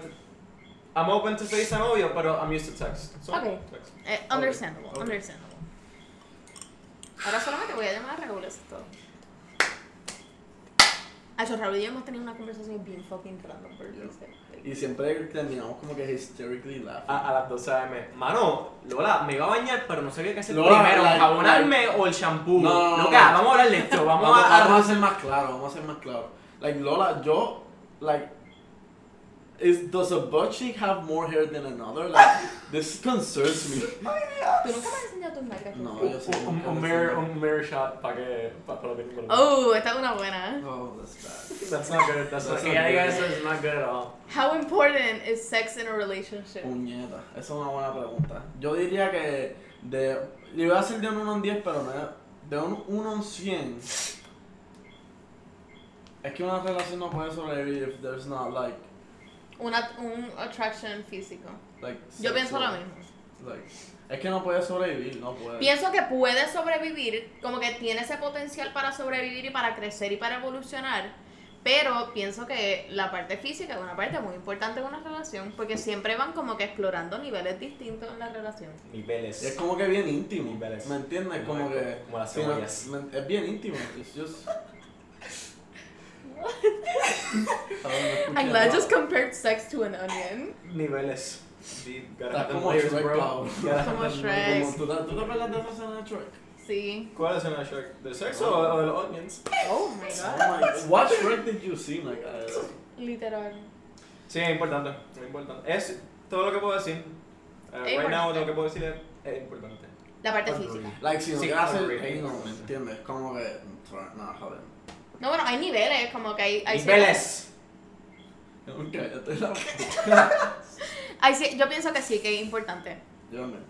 Speaker 2: I'm open to say some obvio, pero I'm used to text. So,
Speaker 1: Ok.
Speaker 2: text.
Speaker 1: Eh, understandable,
Speaker 2: Ok.
Speaker 1: understandable. Ahora solamente voy a llamar a Raúl, eso es todo. Acho, Raúl y yo hemos tenido una conversación bien fucking random, pero
Speaker 3: Yeah.
Speaker 1: no sé, like-
Speaker 3: Y siempre terminamos como que hysterically laughing.
Speaker 2: A, a las 12 am. Mano, Lola, me iba a bañar, pero no sabía qué hacer
Speaker 3: Lola,
Speaker 2: primero,
Speaker 3: la-
Speaker 2: jabonarme o el shampoo.
Speaker 3: No, no, no,
Speaker 2: Loca,
Speaker 3: no.
Speaker 2: vamos a hablar de esto, vamos,
Speaker 3: Vamos,
Speaker 2: a...
Speaker 3: vamos a ser más claro, vamos a ser más claro. Like Lola, yo, like, is does a butt cheek have more hair than another? Like, this concerns me.
Speaker 1: Tú nunca me has enseñado tus nalgas.
Speaker 3: No,
Speaker 1: ¿no?
Speaker 2: un,
Speaker 3: yo sé.
Speaker 2: un- un- un mirror, un mirror shot para que... Para, para la película.
Speaker 1: Oh, esta es una buena.
Speaker 3: Oh, that's bad.
Speaker 2: That's not good, that's, not
Speaker 3: That's not
Speaker 2: good. Ella diga
Speaker 3: good.
Speaker 2: eso, it's not good at all.
Speaker 1: How important is sex in a relationship?
Speaker 3: Puñeta, esa es una buena pregunta. Yo diría que de. Yo iba a hacer de un 1 a un 10, pero me, de un 1 a un 100. Es que una relación no puede sobrevivir if there's not, like.
Speaker 1: Una, un attraction físico.
Speaker 3: like
Speaker 1: Yo pienso lo
Speaker 3: sexual,
Speaker 1: mismo.
Speaker 3: like, es que no puede sobrevivir, no puede.
Speaker 1: Pienso que puede sobrevivir, como que tiene ese potencial para sobrevivir y para crecer y para evolucionar, pero pienso que la parte física es una parte muy importante de una relación, porque siempre van como que explorando niveles distintos en la relación.
Speaker 2: Niveles.
Speaker 3: Es como que bien íntimo,
Speaker 2: Niveles.
Speaker 3: ¿me entiendes? Como
Speaker 2: Como-
Speaker 3: que...
Speaker 2: como las
Speaker 3: sí, no,
Speaker 2: cebollas.
Speaker 3: me- es bien íntimo, it's just...
Speaker 1: I'm glad just compared sex to an onion.
Speaker 2: Niveles. Dude, gotta
Speaker 3: Está
Speaker 2: have them
Speaker 3: como
Speaker 2: layers,
Speaker 3: Shrek,
Speaker 2: bro.
Speaker 3: Pablo.
Speaker 2: Gotta have
Speaker 1: Como
Speaker 2: them
Speaker 1: Shrek.
Speaker 2: layers.
Speaker 3: Como tú, te- ¿Tú te acuerdas de esa escena de Shrek?
Speaker 1: Sí.
Speaker 2: ¿Cuál es una Shrek? ¿De sexo o, o de los onions?
Speaker 1: Oh my
Speaker 3: Oh
Speaker 1: god.
Speaker 3: my God. What Shrek did you see? Like, uh,
Speaker 1: Literal.
Speaker 2: Sí, es importante. Es importante. Es todo lo que puedo decir. Eh, right now,
Speaker 1: importante.
Speaker 2: lo que puedo decir es, es importante.
Speaker 1: La parte
Speaker 2: Agree.
Speaker 1: física.
Speaker 3: like, si no
Speaker 2: Sí,
Speaker 3: quieres hacer...
Speaker 2: horrible.
Speaker 3: No, ¿me entiendes? Como que... No, joder.
Speaker 1: No, bueno, hay niveles, como que hay... hay
Speaker 2: Niveles.
Speaker 3: Cállate la boca.
Speaker 1: cier- hay cier- yo pienso que sí, que es importante.
Speaker 3: Yo, man,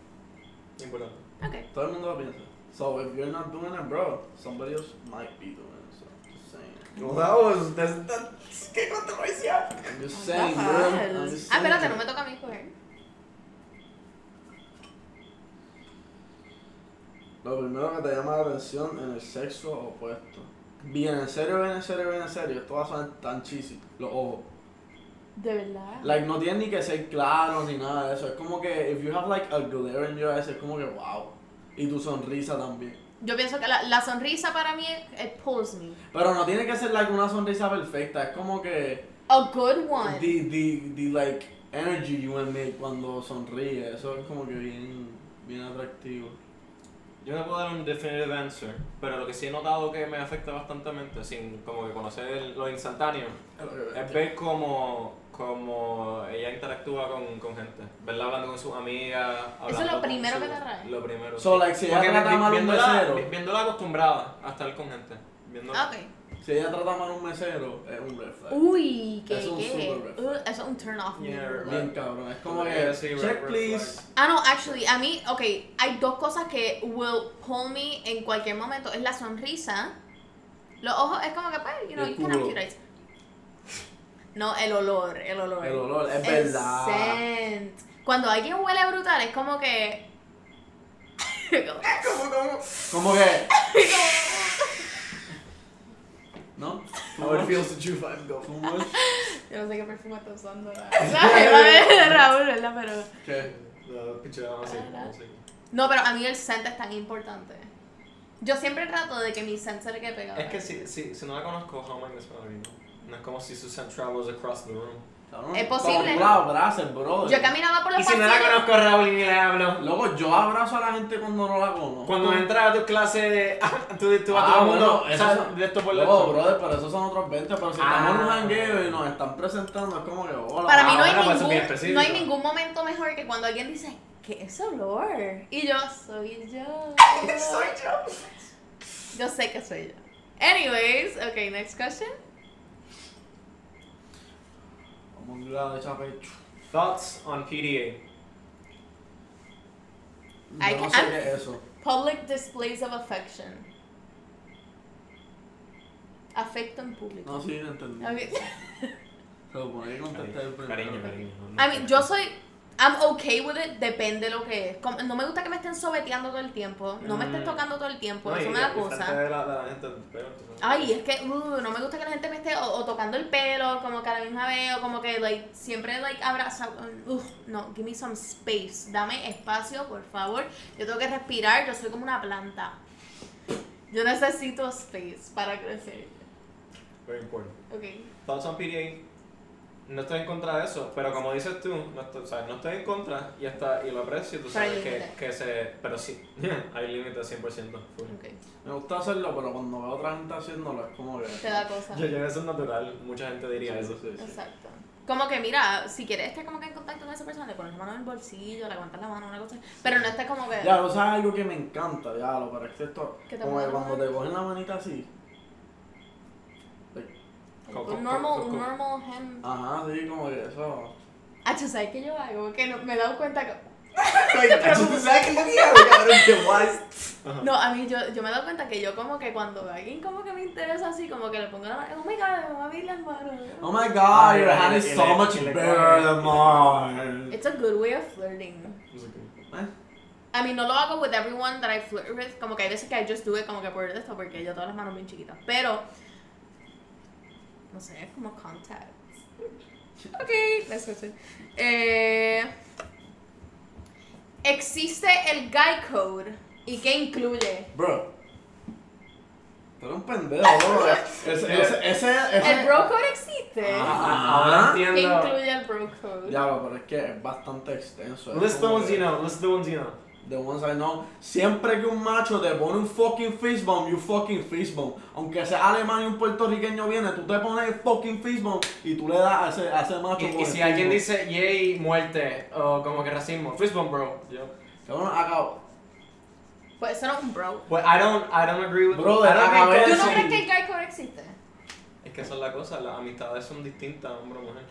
Speaker 2: Importante.
Speaker 1: Ok.
Speaker 3: Todo el mundo lo piensa. So, if you're not doing it, bro, somebody else might be doing it. So, just saying.
Speaker 2: Well, that was- that's- that's- ¡Qué controversial!
Speaker 3: I'm just
Speaker 1: Capaz.
Speaker 3: saying, bro. I'm just
Speaker 1: Ah,
Speaker 3: saying.
Speaker 1: espérate, no me toca a mí coger.
Speaker 3: Lo primero que te llama la atención en el sexo opuesto. Bien, en serio, bien, en serio, bien, en serio. Esto va a sonar tan cheesy. Los ojos.
Speaker 1: De verdad.
Speaker 3: Like, no tienen ni que ser claros ni nada de eso. Es como que, if you have like a glare in your eyes, es como que wow. Y tu sonrisa también.
Speaker 1: Yo pienso que la, la sonrisa para mí, it pulls me.
Speaker 3: Pero no tiene que ser like una sonrisa perfecta. Es como que,
Speaker 1: A good one.
Speaker 3: the, the, the like energy you emit cuando sonríe. Eso es como que bien, bien atractivo.
Speaker 2: Yo no puedo dar un definitive answer, pero lo que sí he notado que me afecta bastantemente, sin como que conocer lo instantáneo, es ver cómo, cómo ella interactúa con, con gente. Verla hablando con sus amigas.
Speaker 1: es
Speaker 2: hablando
Speaker 1: lo
Speaker 2: con
Speaker 1: primero
Speaker 2: su-
Speaker 1: que ¿eh? te atrae.
Speaker 2: Lo primero.
Speaker 3: So, like, si ella
Speaker 2: Porque
Speaker 3: trata
Speaker 2: vi-
Speaker 3: mal a un
Speaker 2: viéndola,
Speaker 3: mesero.
Speaker 2: vi- viéndola acostumbrada a estar con gente. Viéndola.
Speaker 1: Ah, ok.
Speaker 3: Si ella trata mal a un mesero, es un red flag.
Speaker 1: Uh. Uy, que,
Speaker 3: Eso es un
Speaker 1: que.
Speaker 3: super red
Speaker 1: Uh,
Speaker 3: flag.
Speaker 1: eso es un turn off.
Speaker 2: Yeah,
Speaker 1: mío.
Speaker 2: right.
Speaker 3: Bien cabrón. Es como
Speaker 2: Yeah,
Speaker 3: que,
Speaker 2: sí, red-
Speaker 3: check
Speaker 2: red
Speaker 3: please.
Speaker 1: Ah, no, actually, a mí, ok, hay dos cosas que will pull me en cualquier momento. Es la sonrisa. Los ojos, es como que, pues, you know,
Speaker 3: El
Speaker 1: you can have
Speaker 3: culo.
Speaker 1: cute eyes. No, el olor, el olor.
Speaker 3: El olor, es
Speaker 1: El
Speaker 3: verdad.
Speaker 1: scent. Cuando alguien huele brutal, es como que.
Speaker 4: ¿Cómo, cómo?
Speaker 3: Como que. ¿No?
Speaker 4: How it feels to chew five gold.
Speaker 3: Too much.
Speaker 1: Yo no sé qué perfume está usando la, la jeva de Raúl, ¿verdad? Pero.
Speaker 3: ¿Qué?
Speaker 2: La pinche dama así,
Speaker 1: Claro.
Speaker 2: así.
Speaker 1: Ah, No, pero a mí el scent es tan importante. Yo siempre trato de que mi scent se le quede pegado.
Speaker 2: Es que si, si, si no la conozco, how am I gonna spell her, you know? No es como si Susan travels across the room.
Speaker 3: Cabrón,
Speaker 1: Es posible.
Speaker 3: Como la abrazas, bro.
Speaker 1: Yo caminaba por los
Speaker 2: Y si no la
Speaker 1: pasillos.
Speaker 2: conozco, Raúl, ni le hablo.
Speaker 3: Luego yo abrazo a la gente cuando no la conozco.
Speaker 2: Cuando entras a tu clase, tú, tú a
Speaker 3: Ah,
Speaker 2: todo
Speaker 3: bueno,
Speaker 2: el mundo,
Speaker 3: eso
Speaker 2: ¿sabes?
Speaker 3: es-
Speaker 2: de esto por
Speaker 3: Luego,
Speaker 2: lejos.
Speaker 3: brother, pero esos son otros 20. Pero si
Speaker 2: Ah.
Speaker 3: estamos en un jangueo y nos están presentando, es como que hola.
Speaker 1: Para mí no
Speaker 2: Ah, bueno, pues,
Speaker 1: hay,
Speaker 2: bien
Speaker 1: ningún,
Speaker 2: específico.
Speaker 1: no hay ningún momento mejor que cuando alguien dice, ¿qué es olor? Y yo, soy yo.
Speaker 4: Soy yo.
Speaker 1: Yo sé que soy yo. Anyways, okay, next question.
Speaker 3: Como un lado de chapecho.
Speaker 2: Thoughts on PDA.
Speaker 1: Ay,
Speaker 3: Yo no
Speaker 1: que-
Speaker 3: sé
Speaker 1: ah.
Speaker 3: qué es eso.
Speaker 1: Public displays of affection. Afecto en público.
Speaker 3: No, sí, entendí.
Speaker 1: Okay.
Speaker 3: Se lo ponía que contesté el primero.
Speaker 2: Cariño, cariño. no, no,
Speaker 1: I mean, yo soy. I'm okay with it, depende lo que es. Como- no me gusta que me estén sobeteando todo el tiempo, no me estén
Speaker 2: Mm.
Speaker 1: tocando todo el tiempo, eso
Speaker 2: y-
Speaker 1: me da
Speaker 2: y
Speaker 1: cosa.
Speaker 2: frente de la, de la gente, pues, peor, tú sabes.
Speaker 1: Ay, es que uh, no me gusta que la gente me esté o, o tocando el pelo, como que a la misma vez, o como que like, siempre like, abraza. Uh, no, give me some space. Dame espacio, por favor. Yo tengo que respirar, yo soy como una planta. Yo necesito space para crecer.
Speaker 2: Very important.
Speaker 1: Ok.
Speaker 2: Thoughts on PDA. No estoy en contra de eso, pero como dices tú, no estoy, o sea, no estoy en contra y hasta y lo aprecio, tú
Speaker 1: Pero hay
Speaker 2: sabes que,
Speaker 1: límites.
Speaker 2: que se. Pero sí, hay límites 100%. full.
Speaker 1: ok.
Speaker 3: Me gusta hacerlo, pero cuando veo a otra gente haciéndolo es como que.
Speaker 1: Te da cosa.
Speaker 2: Yo, yo, eso es natural, mucha gente diría eso.
Speaker 3: Sí, sí.
Speaker 1: Exacto. Como que mira, si quieres estar como que en contacto con esa persona, le pones la mano en el bolsillo, le aguantas la mano, una cosa. así. Pero no estés como que.
Speaker 3: Ya, lo sabes algo que me encanta, ya, lo pero es que esto.
Speaker 1: Que te
Speaker 3: como que
Speaker 1: pongan la
Speaker 3: cuando
Speaker 1: mano.
Speaker 3: te cogen la manita así. like,
Speaker 2: Co- co-
Speaker 1: Un normal,
Speaker 2: co-
Speaker 1: un
Speaker 2: co-
Speaker 1: normal hand.
Speaker 3: Ajá, sí, como que eso.
Speaker 1: Ah, ¿tú ¿sabes qué yo hago? Que no, me he dado cuenta que.
Speaker 3: pues,
Speaker 4: ¿Tú sabes qué es lo que hago, cabrón? Que guay.
Speaker 2: Ajá.
Speaker 1: No, a mí yo, yo me he dado cuenta que yo como que cuando veo a alguien como que me interesa así, como que le pongo la mano, oh my god, me va a abrir las manos.
Speaker 3: Oh my
Speaker 2: Ah,
Speaker 3: god, your
Speaker 2: y-
Speaker 3: hand
Speaker 2: y-
Speaker 3: is
Speaker 2: y
Speaker 3: so
Speaker 2: le-
Speaker 3: much
Speaker 2: y le
Speaker 3: better
Speaker 2: cogen.
Speaker 3: than mine.
Speaker 1: It's a good way of flirting.
Speaker 2: No sé qué.
Speaker 1: A mí no lo hago with everyone that I flirt with, como que hay veces que I just do it como que por esto, porque yo todas las manos bien chiquitas, pero, no sé, es como contact. Ok, next question. Eh, ¿Existe el guy code? ¿Y qué incluye?
Speaker 3: Bro. Tú eres un pendejo, bro. Ese, ese, ese, ese-
Speaker 2: Eh,
Speaker 1: ¿El bro code existe?
Speaker 2: Ah,
Speaker 3: Ajá.
Speaker 1: ¿Qué
Speaker 2: entiendo.
Speaker 1: incluye el bro code?
Speaker 3: Ya, bro, pero es que es bastante extenso. es
Speaker 2: List the
Speaker 3: como
Speaker 2: ones
Speaker 3: que-
Speaker 2: you know, list the ones you know.
Speaker 3: The ones I know. Siempre que un macho te pone un fucking fist bump, you fucking fist bump. Aunque sea alemán y un puertorriqueño viene, tú te pones el fucking fist bump y tú le das a ese, a ese macho. con
Speaker 2: Y, y
Speaker 3: el
Speaker 2: si
Speaker 3: fist
Speaker 2: alguien
Speaker 3: bump.
Speaker 2: dice yay, muerte, o como que racismo, fist bump, bro. Yo.
Speaker 3: Cabrón, acabo.
Speaker 1: Pues eso no es un bro.
Speaker 2: Well, I don't, I don't agree with
Speaker 3: Brother,
Speaker 2: I don't agree
Speaker 3: a ver,
Speaker 1: ¿Tú
Speaker 2: con-
Speaker 1: no
Speaker 3: sí.
Speaker 1: crees que el guy code existe?
Speaker 2: Es que esa es la cosa, las amistades son distintas, hombre o mujer.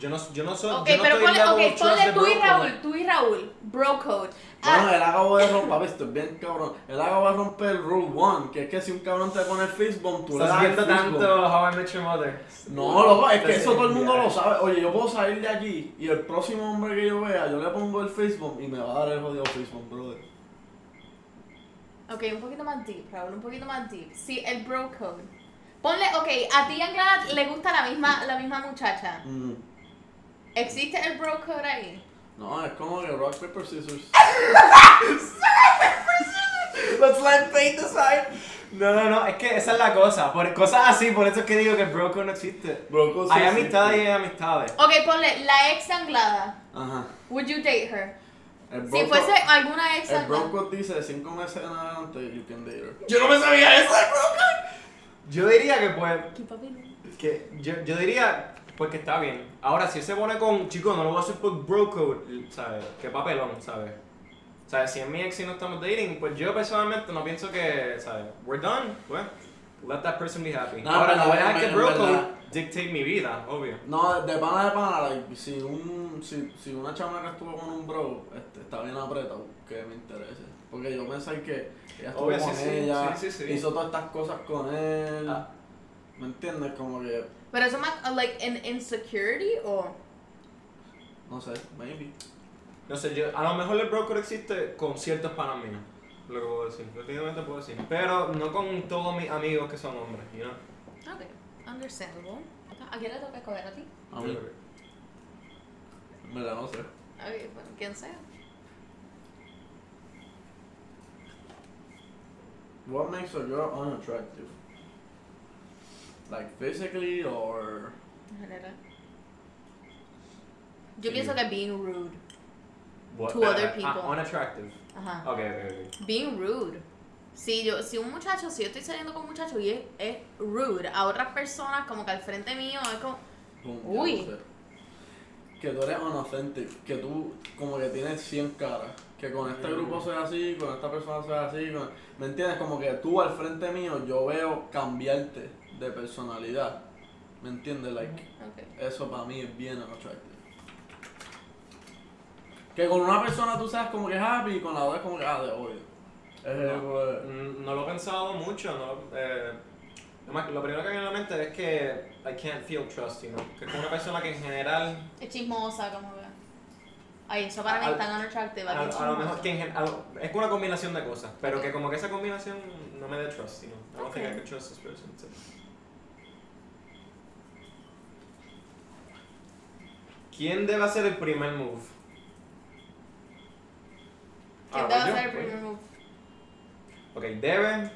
Speaker 2: Yo no, yo no soy.
Speaker 1: Ok,
Speaker 2: yo no
Speaker 1: pero
Speaker 2: estoy
Speaker 1: ponle,
Speaker 2: level
Speaker 1: okay,
Speaker 2: of trust
Speaker 1: ponle
Speaker 2: de
Speaker 1: tú y
Speaker 2: bro,
Speaker 1: Raúl, tú y Raúl, bro code.
Speaker 3: Bueno,
Speaker 1: Ah,
Speaker 3: él acabó de romper, viste, bien cabrón. Él acabó de romper el rule one, que es que si un cabrón te pone el fist bump, tú le
Speaker 2: Estás
Speaker 3: das el
Speaker 2: viendo
Speaker 3: fist bump.
Speaker 2: tanto How I Met Your Mother.
Speaker 3: No, loco, es que
Speaker 2: Entonces,
Speaker 3: eso todo el mundo
Speaker 2: ya.
Speaker 3: lo sabe. Oye, yo puedo salir de aquí y el próximo hombre que yo vea, yo le pongo el fist bump y me va a dar el jodido fist bump, brother.
Speaker 1: ok, un poquito más deep, Raúl, un poquito más deep. Sí, el bro code. Ponle, ok, a ti Angela le gusta la misma, la misma muchacha.
Speaker 3: Mm.
Speaker 1: ¿Existe el bro code ahí?
Speaker 3: No, es como que rock, paper, scissors.
Speaker 4: Let's let fate decide.
Speaker 2: No, no, no, es que esa es la cosa. Por cosas así, por eso es que digo que el bro code no existe.
Speaker 3: Bro, cosas
Speaker 2: Hay
Speaker 3: así.
Speaker 2: amistades y hay amistades.
Speaker 1: Ok, ponle la ex de Anglada.
Speaker 3: Ajá.
Speaker 1: Would you date her?
Speaker 3: El bro
Speaker 1: Si
Speaker 3: code-
Speaker 1: fuese alguna ex de
Speaker 3: El bro
Speaker 1: Anglada.
Speaker 3: code dice 5 meses en adelante, you can date her.
Speaker 4: Yo no me sabía eso, bro.
Speaker 2: Yo diría que pues.
Speaker 1: Aquí, papi, no.
Speaker 2: Que yo, yo diría, pues que está bien. Ahora, si él se pone con, chico, no lo voy a hacer por bro code, ¿sabes? Que papelón, ¿sabes? ¿Sabes? Si es mi ex y no estamos dating, pues yo personalmente no pienso que, ¿sabes? We're done, pues. Let that person be happy.
Speaker 3: No,
Speaker 2: Ahora,
Speaker 3: pero
Speaker 2: no voy a
Speaker 3: no,
Speaker 2: dejar que
Speaker 3: en
Speaker 2: bro
Speaker 3: verdad.
Speaker 2: code dictate mi vida, obvio.
Speaker 3: No, de pana de pana, like, si, un, si, si una chamaca estuvo con un bro, este, está bien apretado, que me interese. Porque yo pensé que ella estuvo
Speaker 2: Obvio, sí,
Speaker 3: con
Speaker 2: sí,
Speaker 3: ella,
Speaker 2: sí, sí, sí.
Speaker 3: hizo todas estas cosas con él.
Speaker 2: Ah.
Speaker 3: ¿Me entiendes? Como que,
Speaker 1: Pero eso más, uh, like, an insecurity o.
Speaker 3: no sé, maybe.
Speaker 2: No sé, yo, a lo mejor el bro code existe con ciertos panas míos. Lo que puedo decir, definitivamente puedo decir. Pero no con todos mis amigos que son hombres, you know?
Speaker 1: Ok, understandable. ¿A quién le toca escoger a ti?
Speaker 3: A mí, en verdad, no sé.
Speaker 1: Ok, bueno, quién pues, sea.
Speaker 3: What makes a girl unattractive? Like, physically or...
Speaker 1: En general. Yo
Speaker 2: Sí.
Speaker 1: pienso que being rude.
Speaker 2: What-
Speaker 1: To other
Speaker 2: ah,
Speaker 1: people. Ah.
Speaker 2: unattractive.
Speaker 1: Ajá.
Speaker 2: Ok, ok, ok.
Speaker 1: Being rude. Si yo, si un muchacho, si yo estoy saliendo con un muchacho y es, es rude a otras personas, como que al frente mío, es como.
Speaker 3: Boom,
Speaker 1: Uy.
Speaker 3: ya lo sé. Que tú eres unauthentic, que tú como que tienes 100 caras. Que con este
Speaker 2: Mm.
Speaker 3: grupo sea así, con esta persona sea así. con- ¿Me entiendes? Como que tú al frente mío yo veo cambiarte de personalidad. ¿Me entiendes? Like,
Speaker 1: Ok.
Speaker 3: eso para mí es bien attractive. Que con una persona tú seas como que happy y con la otra es como que, ah, te odio. Es como
Speaker 2: No,
Speaker 3: que-
Speaker 2: mm, no lo he pensado mucho, no, eh, lo más- lo primero que me viene a la mente es que I can't feel trust, you know, que es como una persona que en general,
Speaker 1: Es chismosa, como que. Ay, eso para mí
Speaker 2: Al-
Speaker 1: es tan unattractive.
Speaker 2: A,
Speaker 1: aquí
Speaker 2: a lo mejor que en gen- a lo- es una combinación de cosas, pero que como que esa combinación no me dé trust, you know. I don't think I
Speaker 1: Ok.
Speaker 2: can trust this person. so. ¿Quién debe hacer el primer move?
Speaker 1: ¿Quién
Speaker 2: Ah,
Speaker 1: te va a
Speaker 2: voy yo,
Speaker 1: hacer el
Speaker 2: voy yo.
Speaker 1: primer move?
Speaker 2: Ok, debe.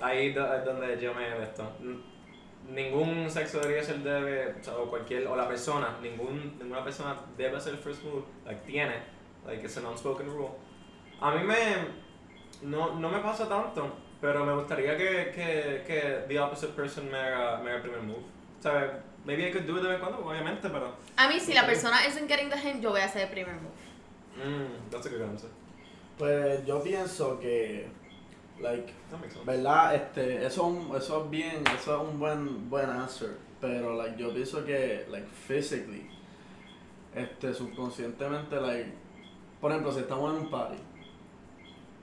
Speaker 2: Ahí do- es donde yo me de esto. N- Ningún sexo debería ser debe, o, sea, o cualquier, o la persona, ningún, ninguna persona debe hacer el first move, like tiene, like it's an unspoken rule. A mí me, no, no me pasa tanto, pero me gustaría que, que, que the opposite person me haga, me haga el primer move. ¿Sabes? Maybe I could do it de vez en cuando, obviamente, pero.
Speaker 1: A mí, si la
Speaker 2: Ok.
Speaker 1: persona isn't getting the hint, yo voy a hacer el primer move.
Speaker 2: Mm, that's a good answer.
Speaker 3: Pues yo pienso que, like,
Speaker 2: That makes sense.
Speaker 3: ¿Verdad? Este, eso, es un- eso es bien, eso es un buen, buen answer. Pero like, yo pienso que, like, physically, este, subconscientemente, like, por ejemplo, si estamos en un party,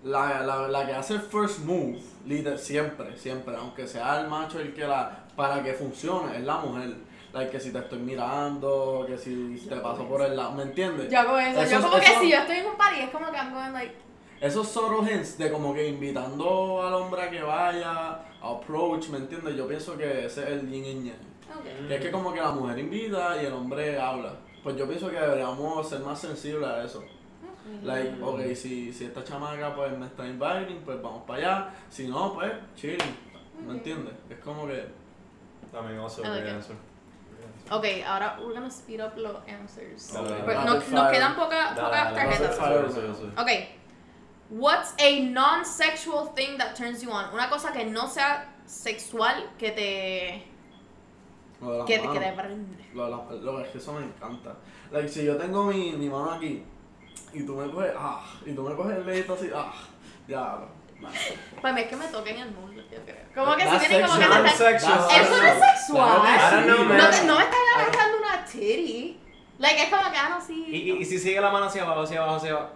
Speaker 3: la, la, la que hace el first move, líder, siempre, siempre, aunque sea el macho el que la, para que funcione, es la mujer. Like, que si te estoy mirando, que si te paso por el lado, ¿me entiendes?
Speaker 1: Yo hago eso.
Speaker 3: Eso
Speaker 1: yo
Speaker 3: es-
Speaker 1: como que
Speaker 3: eso-
Speaker 1: si yo estoy en un party, es como que I'm going like...
Speaker 3: Esos solo hints de como que invitando al hombre a que vaya, approach, ¿me entiendes? Yo pienso que ese es el yin y yang.
Speaker 1: Okay.
Speaker 3: Que es que como que la mujer invita y el hombre habla. Pues yo pienso que deberíamos ser más sensibles a eso.
Speaker 2: Mm.
Speaker 3: Like, ok, si, si esta chamaca pues me está inviting, pues vamos para allá. Si no, pues chill. ¿Me
Speaker 1: Ok.
Speaker 3: entiendes? Es como que...
Speaker 2: That may also be
Speaker 1: I like
Speaker 2: an
Speaker 1: it.
Speaker 2: answer.
Speaker 1: ok, ahora we're gonna speed up los answers.
Speaker 2: Ok.
Speaker 3: Ah,
Speaker 1: Pero
Speaker 3: rapid
Speaker 1: nos, nos
Speaker 3: fire.
Speaker 1: quedan poca-
Speaker 2: Da- da-
Speaker 1: pocas
Speaker 2: da-
Speaker 3: rapid
Speaker 1: tarjetas.
Speaker 3: fire.
Speaker 1: Ok. What's a non-sexual thing that turns you on? Una cosa que no sea sexual que te...
Speaker 3: Lo de las
Speaker 1: que, te- que
Speaker 3: manos.
Speaker 1: te prende.
Speaker 3: Lo, lo, lo- es que eso me encanta. Like, si yo tengo mi, mi mano aquí y tú me coges, ah, y tú me coges el dedito así, ah, ya. no.
Speaker 1: Para mí es que me toquen el mundo, yo creo. Como que si
Speaker 3: That's
Speaker 1: tienen como que te
Speaker 3: sexual.
Speaker 1: están... Eso no es sexual.
Speaker 3: Claro que
Speaker 2: I don't know,
Speaker 3: sí.
Speaker 2: man.
Speaker 1: No, te- no me están agarrando una titty. Like, es como que, ah, no, sí.
Speaker 2: Y, y, y si sigue la mano hacia abajo, hacia abajo, hacia abajo.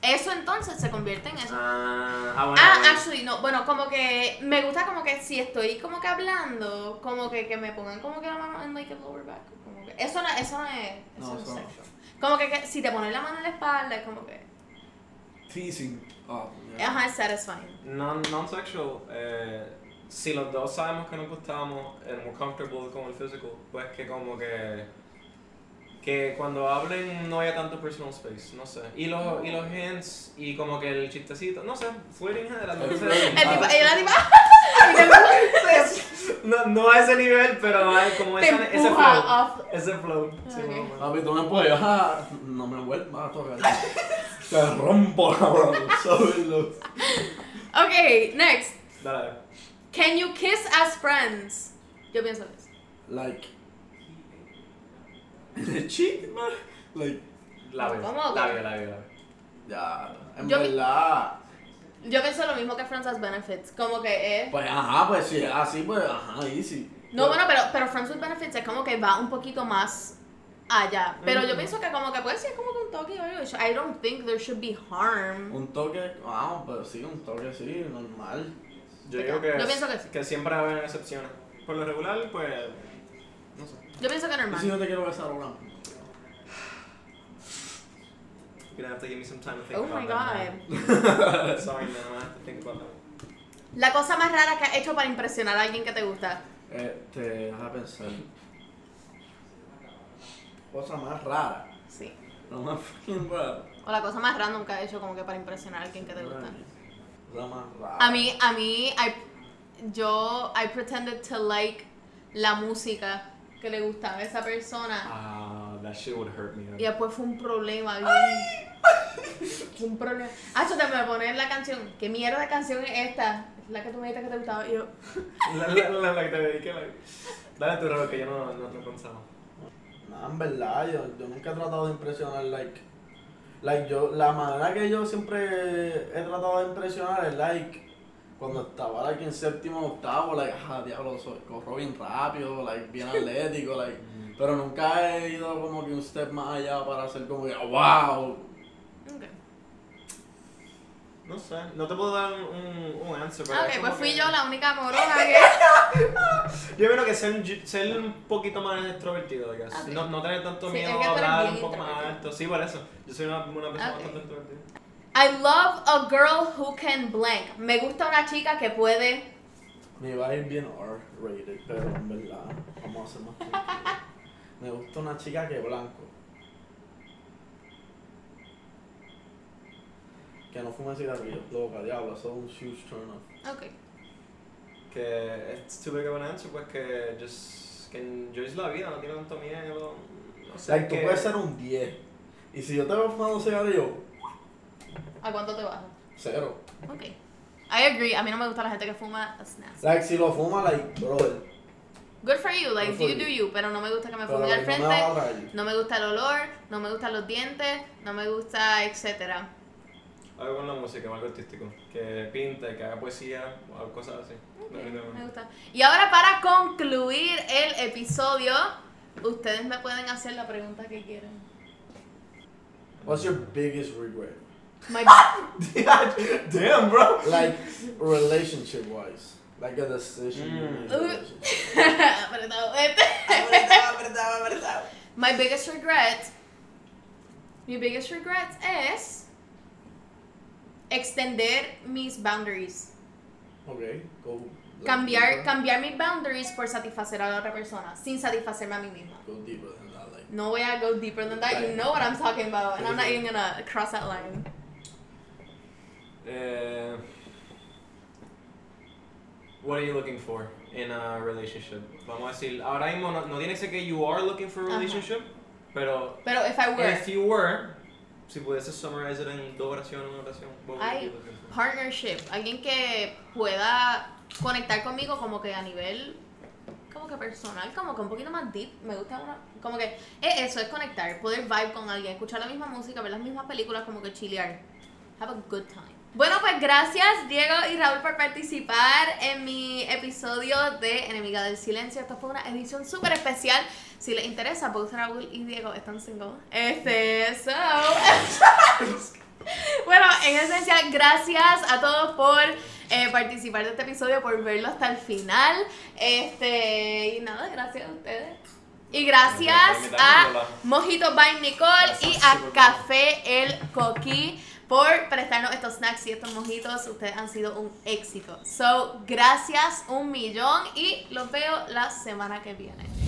Speaker 1: Eso entonces se convierte en eso.
Speaker 2: Ah, ah, bueno.
Speaker 1: Ah,
Speaker 2: bueno.
Speaker 1: actually, no. Bueno, como que me gusta como que si estoy como que hablando, como que, que me pongan como que la mano en like el lower back. Como que, eso no, eso no es, eso no
Speaker 3: No,
Speaker 1: es
Speaker 3: eso no.
Speaker 1: sexual. Como que, que si te ponen la mano en la espalda, es como que,
Speaker 3: Teasing.
Speaker 2: Oh,
Speaker 3: Ah, ya.
Speaker 1: ajá, es satisfying.
Speaker 2: Non- Non-sexual, eh, si los dos sabemos que nos gustamos, and we're comfortable con el physical, pues que como que. Que cuando hablen no haya tanto personal space, no sé. Y los, y los hints, y como que el chistecito, no sé, flirting en general. no
Speaker 3: El
Speaker 2: sé.
Speaker 3: flirting.
Speaker 1: El
Speaker 3: Ah.
Speaker 1: tipo, y la tipa, y te,
Speaker 2: No, no a ese nivel, pero hay como
Speaker 1: te
Speaker 2: ese, ese
Speaker 1: empuja
Speaker 2: flow.
Speaker 1: off.
Speaker 2: Ese flow. Sí,
Speaker 1: Ok.
Speaker 2: más o menos.
Speaker 3: Papi, tú me puedes. ah, no me vuelvas a tocar. Te rompo, cabrón. Sábelo.
Speaker 1: Ok, next.
Speaker 2: Dale.
Speaker 1: Can you kiss as friends? Yo pienso eso.
Speaker 3: Like. The chick, man. Like.
Speaker 2: Labio.
Speaker 1: ¿Cómo?
Speaker 2: Labio, labio, labio.
Speaker 3: Ya. En
Speaker 1: Yo vi-
Speaker 3: verdad.
Speaker 1: Yo pienso lo mismo que Friends with Benefits, como que es...
Speaker 3: Pues ajá, pues sí, así, pues ajá, easy.
Speaker 1: No, bueno, pero, pero Friends with Benefits es como que va un poquito más allá. Pero yo
Speaker 2: Mm.
Speaker 1: pienso que como que puede ser como que un toque o algo. I don't think there should be harm.
Speaker 3: Un toque, ah, pues sí, un toque, sí, normal.
Speaker 2: Yo digo que,
Speaker 1: Yo pienso que sí.
Speaker 2: siempre habrán excepciones. Por lo regular, pues.
Speaker 3: No sé.
Speaker 1: Yo pienso que
Speaker 3: ¿Y si
Speaker 1: normal.
Speaker 3: yo te quiero besar una?
Speaker 2: You're gonna have to give me some time to think
Speaker 1: Oh
Speaker 2: about
Speaker 1: my
Speaker 2: that,
Speaker 1: god.
Speaker 2: man. Sorry, man, I'm gonna have to think about that.
Speaker 1: La cosa más rara que has hecho para impresionar a alguien que te gusta.
Speaker 3: Este, deja pensar. Cosa más rara.
Speaker 1: Sí.
Speaker 3: Lo más fucking raro.
Speaker 1: O la cosa más random que has hecho como que para impresionar a alguien que te gusta.
Speaker 3: Cosa más rara.
Speaker 1: A mí, a mí, I- yo, I pretended to like la música que le gustaba a esa persona.
Speaker 2: Ah, that shit would hurt me.
Speaker 1: Y después fue un problema. bien- Fue un problema. Ah, yo te me poner la canción. ¿Qué mierda de canción es esta? Es la que tú me dijiste que te gustaba. Y yo,
Speaker 2: La, la, la, la que te dediqué, la. Dale tu rol, que yo no, no te pensaba.
Speaker 3: No, en verdad, yo, yo nunca he tratado de impresionar, like, like yo, la manera que yo siempre he tratado de impresionar es, like, cuando estaba, like, en séptimo, octavo, like, ah, diablo, soy, corro bien rápido, like, bien atlético, like, pero nunca he ido como que un step más allá para hacer como que, wow,
Speaker 1: ok.
Speaker 2: No sé, no te puedo dar un, un, un answer. pero
Speaker 1: Ah,
Speaker 2: es
Speaker 1: ok,
Speaker 2: como
Speaker 1: pues fui
Speaker 2: que-
Speaker 1: yo la única morona que.
Speaker 2: Yo creo que ser, ser un poquito más extrovertido, digamos.
Speaker 1: Ok.
Speaker 2: No, no tener tanto
Speaker 1: Sí,
Speaker 2: miedo
Speaker 1: es que
Speaker 2: a
Speaker 1: tú eres
Speaker 2: hablar
Speaker 1: bien
Speaker 2: un poco más
Speaker 1: introvertido.
Speaker 2: alto. Sí, por eso. Yo soy una, una persona
Speaker 1: Ok.
Speaker 2: bastante extrovertida.
Speaker 1: I love a girl who can blank. Me gusta una chica que puede.
Speaker 3: Me va a ir bien R-rated, pero en verdad, vamos a ser más tranquilos. Me gusta una chica que es blanco. Que no fuma cigarrillos, loca, diablo, eso es un huge turn off.
Speaker 1: Ok.
Speaker 2: Que es too big of an answer, pues que just, que enjoys la vida, no tiene tanto miedo. No
Speaker 3: O
Speaker 2: sé,
Speaker 3: sea, tú
Speaker 2: que-
Speaker 3: puedes ser un 10. Y si yo te veo fumando cigarrillos,
Speaker 1: ¿A cuánto te bajo?
Speaker 3: cero.
Speaker 1: Ok. I agree. A mí no me gusta la gente que fuma. That's nasty.
Speaker 3: Like, si lo fuma, like, brother.
Speaker 1: Good for you, like
Speaker 3: Good for
Speaker 1: you
Speaker 3: you.
Speaker 1: do you, pero no me gusta que me
Speaker 3: Pero
Speaker 1: fumen al
Speaker 3: like, no me
Speaker 1: frente.
Speaker 3: va a rayar.
Speaker 1: No me gusta el olor, no me gustan los dientes, no me gusta, etcétera.
Speaker 2: Algo con la música, algo artístico. Que pinte, que haga poesía, o algo- cosas así.
Speaker 1: Me
Speaker 2: Definitivamente.
Speaker 1: gusta. Y ahora para concluir el episodio, ustedes me pueden hacer la pregunta que quieran.
Speaker 3: What's your biggest regret?
Speaker 1: My-
Speaker 2: Damn, bro.
Speaker 3: Like, relationship wise. Like a decision you made. in a
Speaker 1: Mm.
Speaker 3: relationship.
Speaker 1: Apretado, este.
Speaker 4: Apretado, apretado, apretado.
Speaker 1: My biggest regret. Mi biggest regret es extender mis boundaries.
Speaker 3: Okay, go. like,
Speaker 1: Cambiar,
Speaker 3: deeper.
Speaker 1: cambiar mis boundaries por satisfacer a la otra persona, sin satisfacerme a mí misma.
Speaker 3: Go deeper than that, like.
Speaker 1: No voy a go deeper than that. You know what I'm talking about, and I'm not even gonna cross that line.
Speaker 2: Eh, what are you looking for in a relationship? Vamos a decir, ahora mismo no, no tiene que ser que you are looking for a
Speaker 1: Ajá.
Speaker 2: relationship, pero
Speaker 1: Pero if I were
Speaker 2: if you were, si pudieses summarize it en dos oraciones, una oración, what would
Speaker 1: Ay.
Speaker 2: you be looking for?
Speaker 1: partnership, alguien que pueda conectar conmigo como que a nivel como que personal, como que un poquito más deep, me gusta una- como que es eso, es conectar, poder vibe con alguien, escuchar la misma música, ver las mismas películas, como que chilear. Have a good time. Bueno, pues gracias Diego y Raúl por participar en mi episodio de Enemiga del Silencio. Esta fue una edición súper especial. Si les interesa, pues Raúl y Diego están single. Este, so. Bueno, en esencia, gracias a todos por eh, participar de este episodio, por verlo hasta el final. Este, y nada, gracias a ustedes. Y gracias a Mojito by Nicole y a Café El Coquí por prestarnos estos snacks y estos mojitos. Ustedes han sido un éxito. So, gracias un millón y los veo la semana que viene.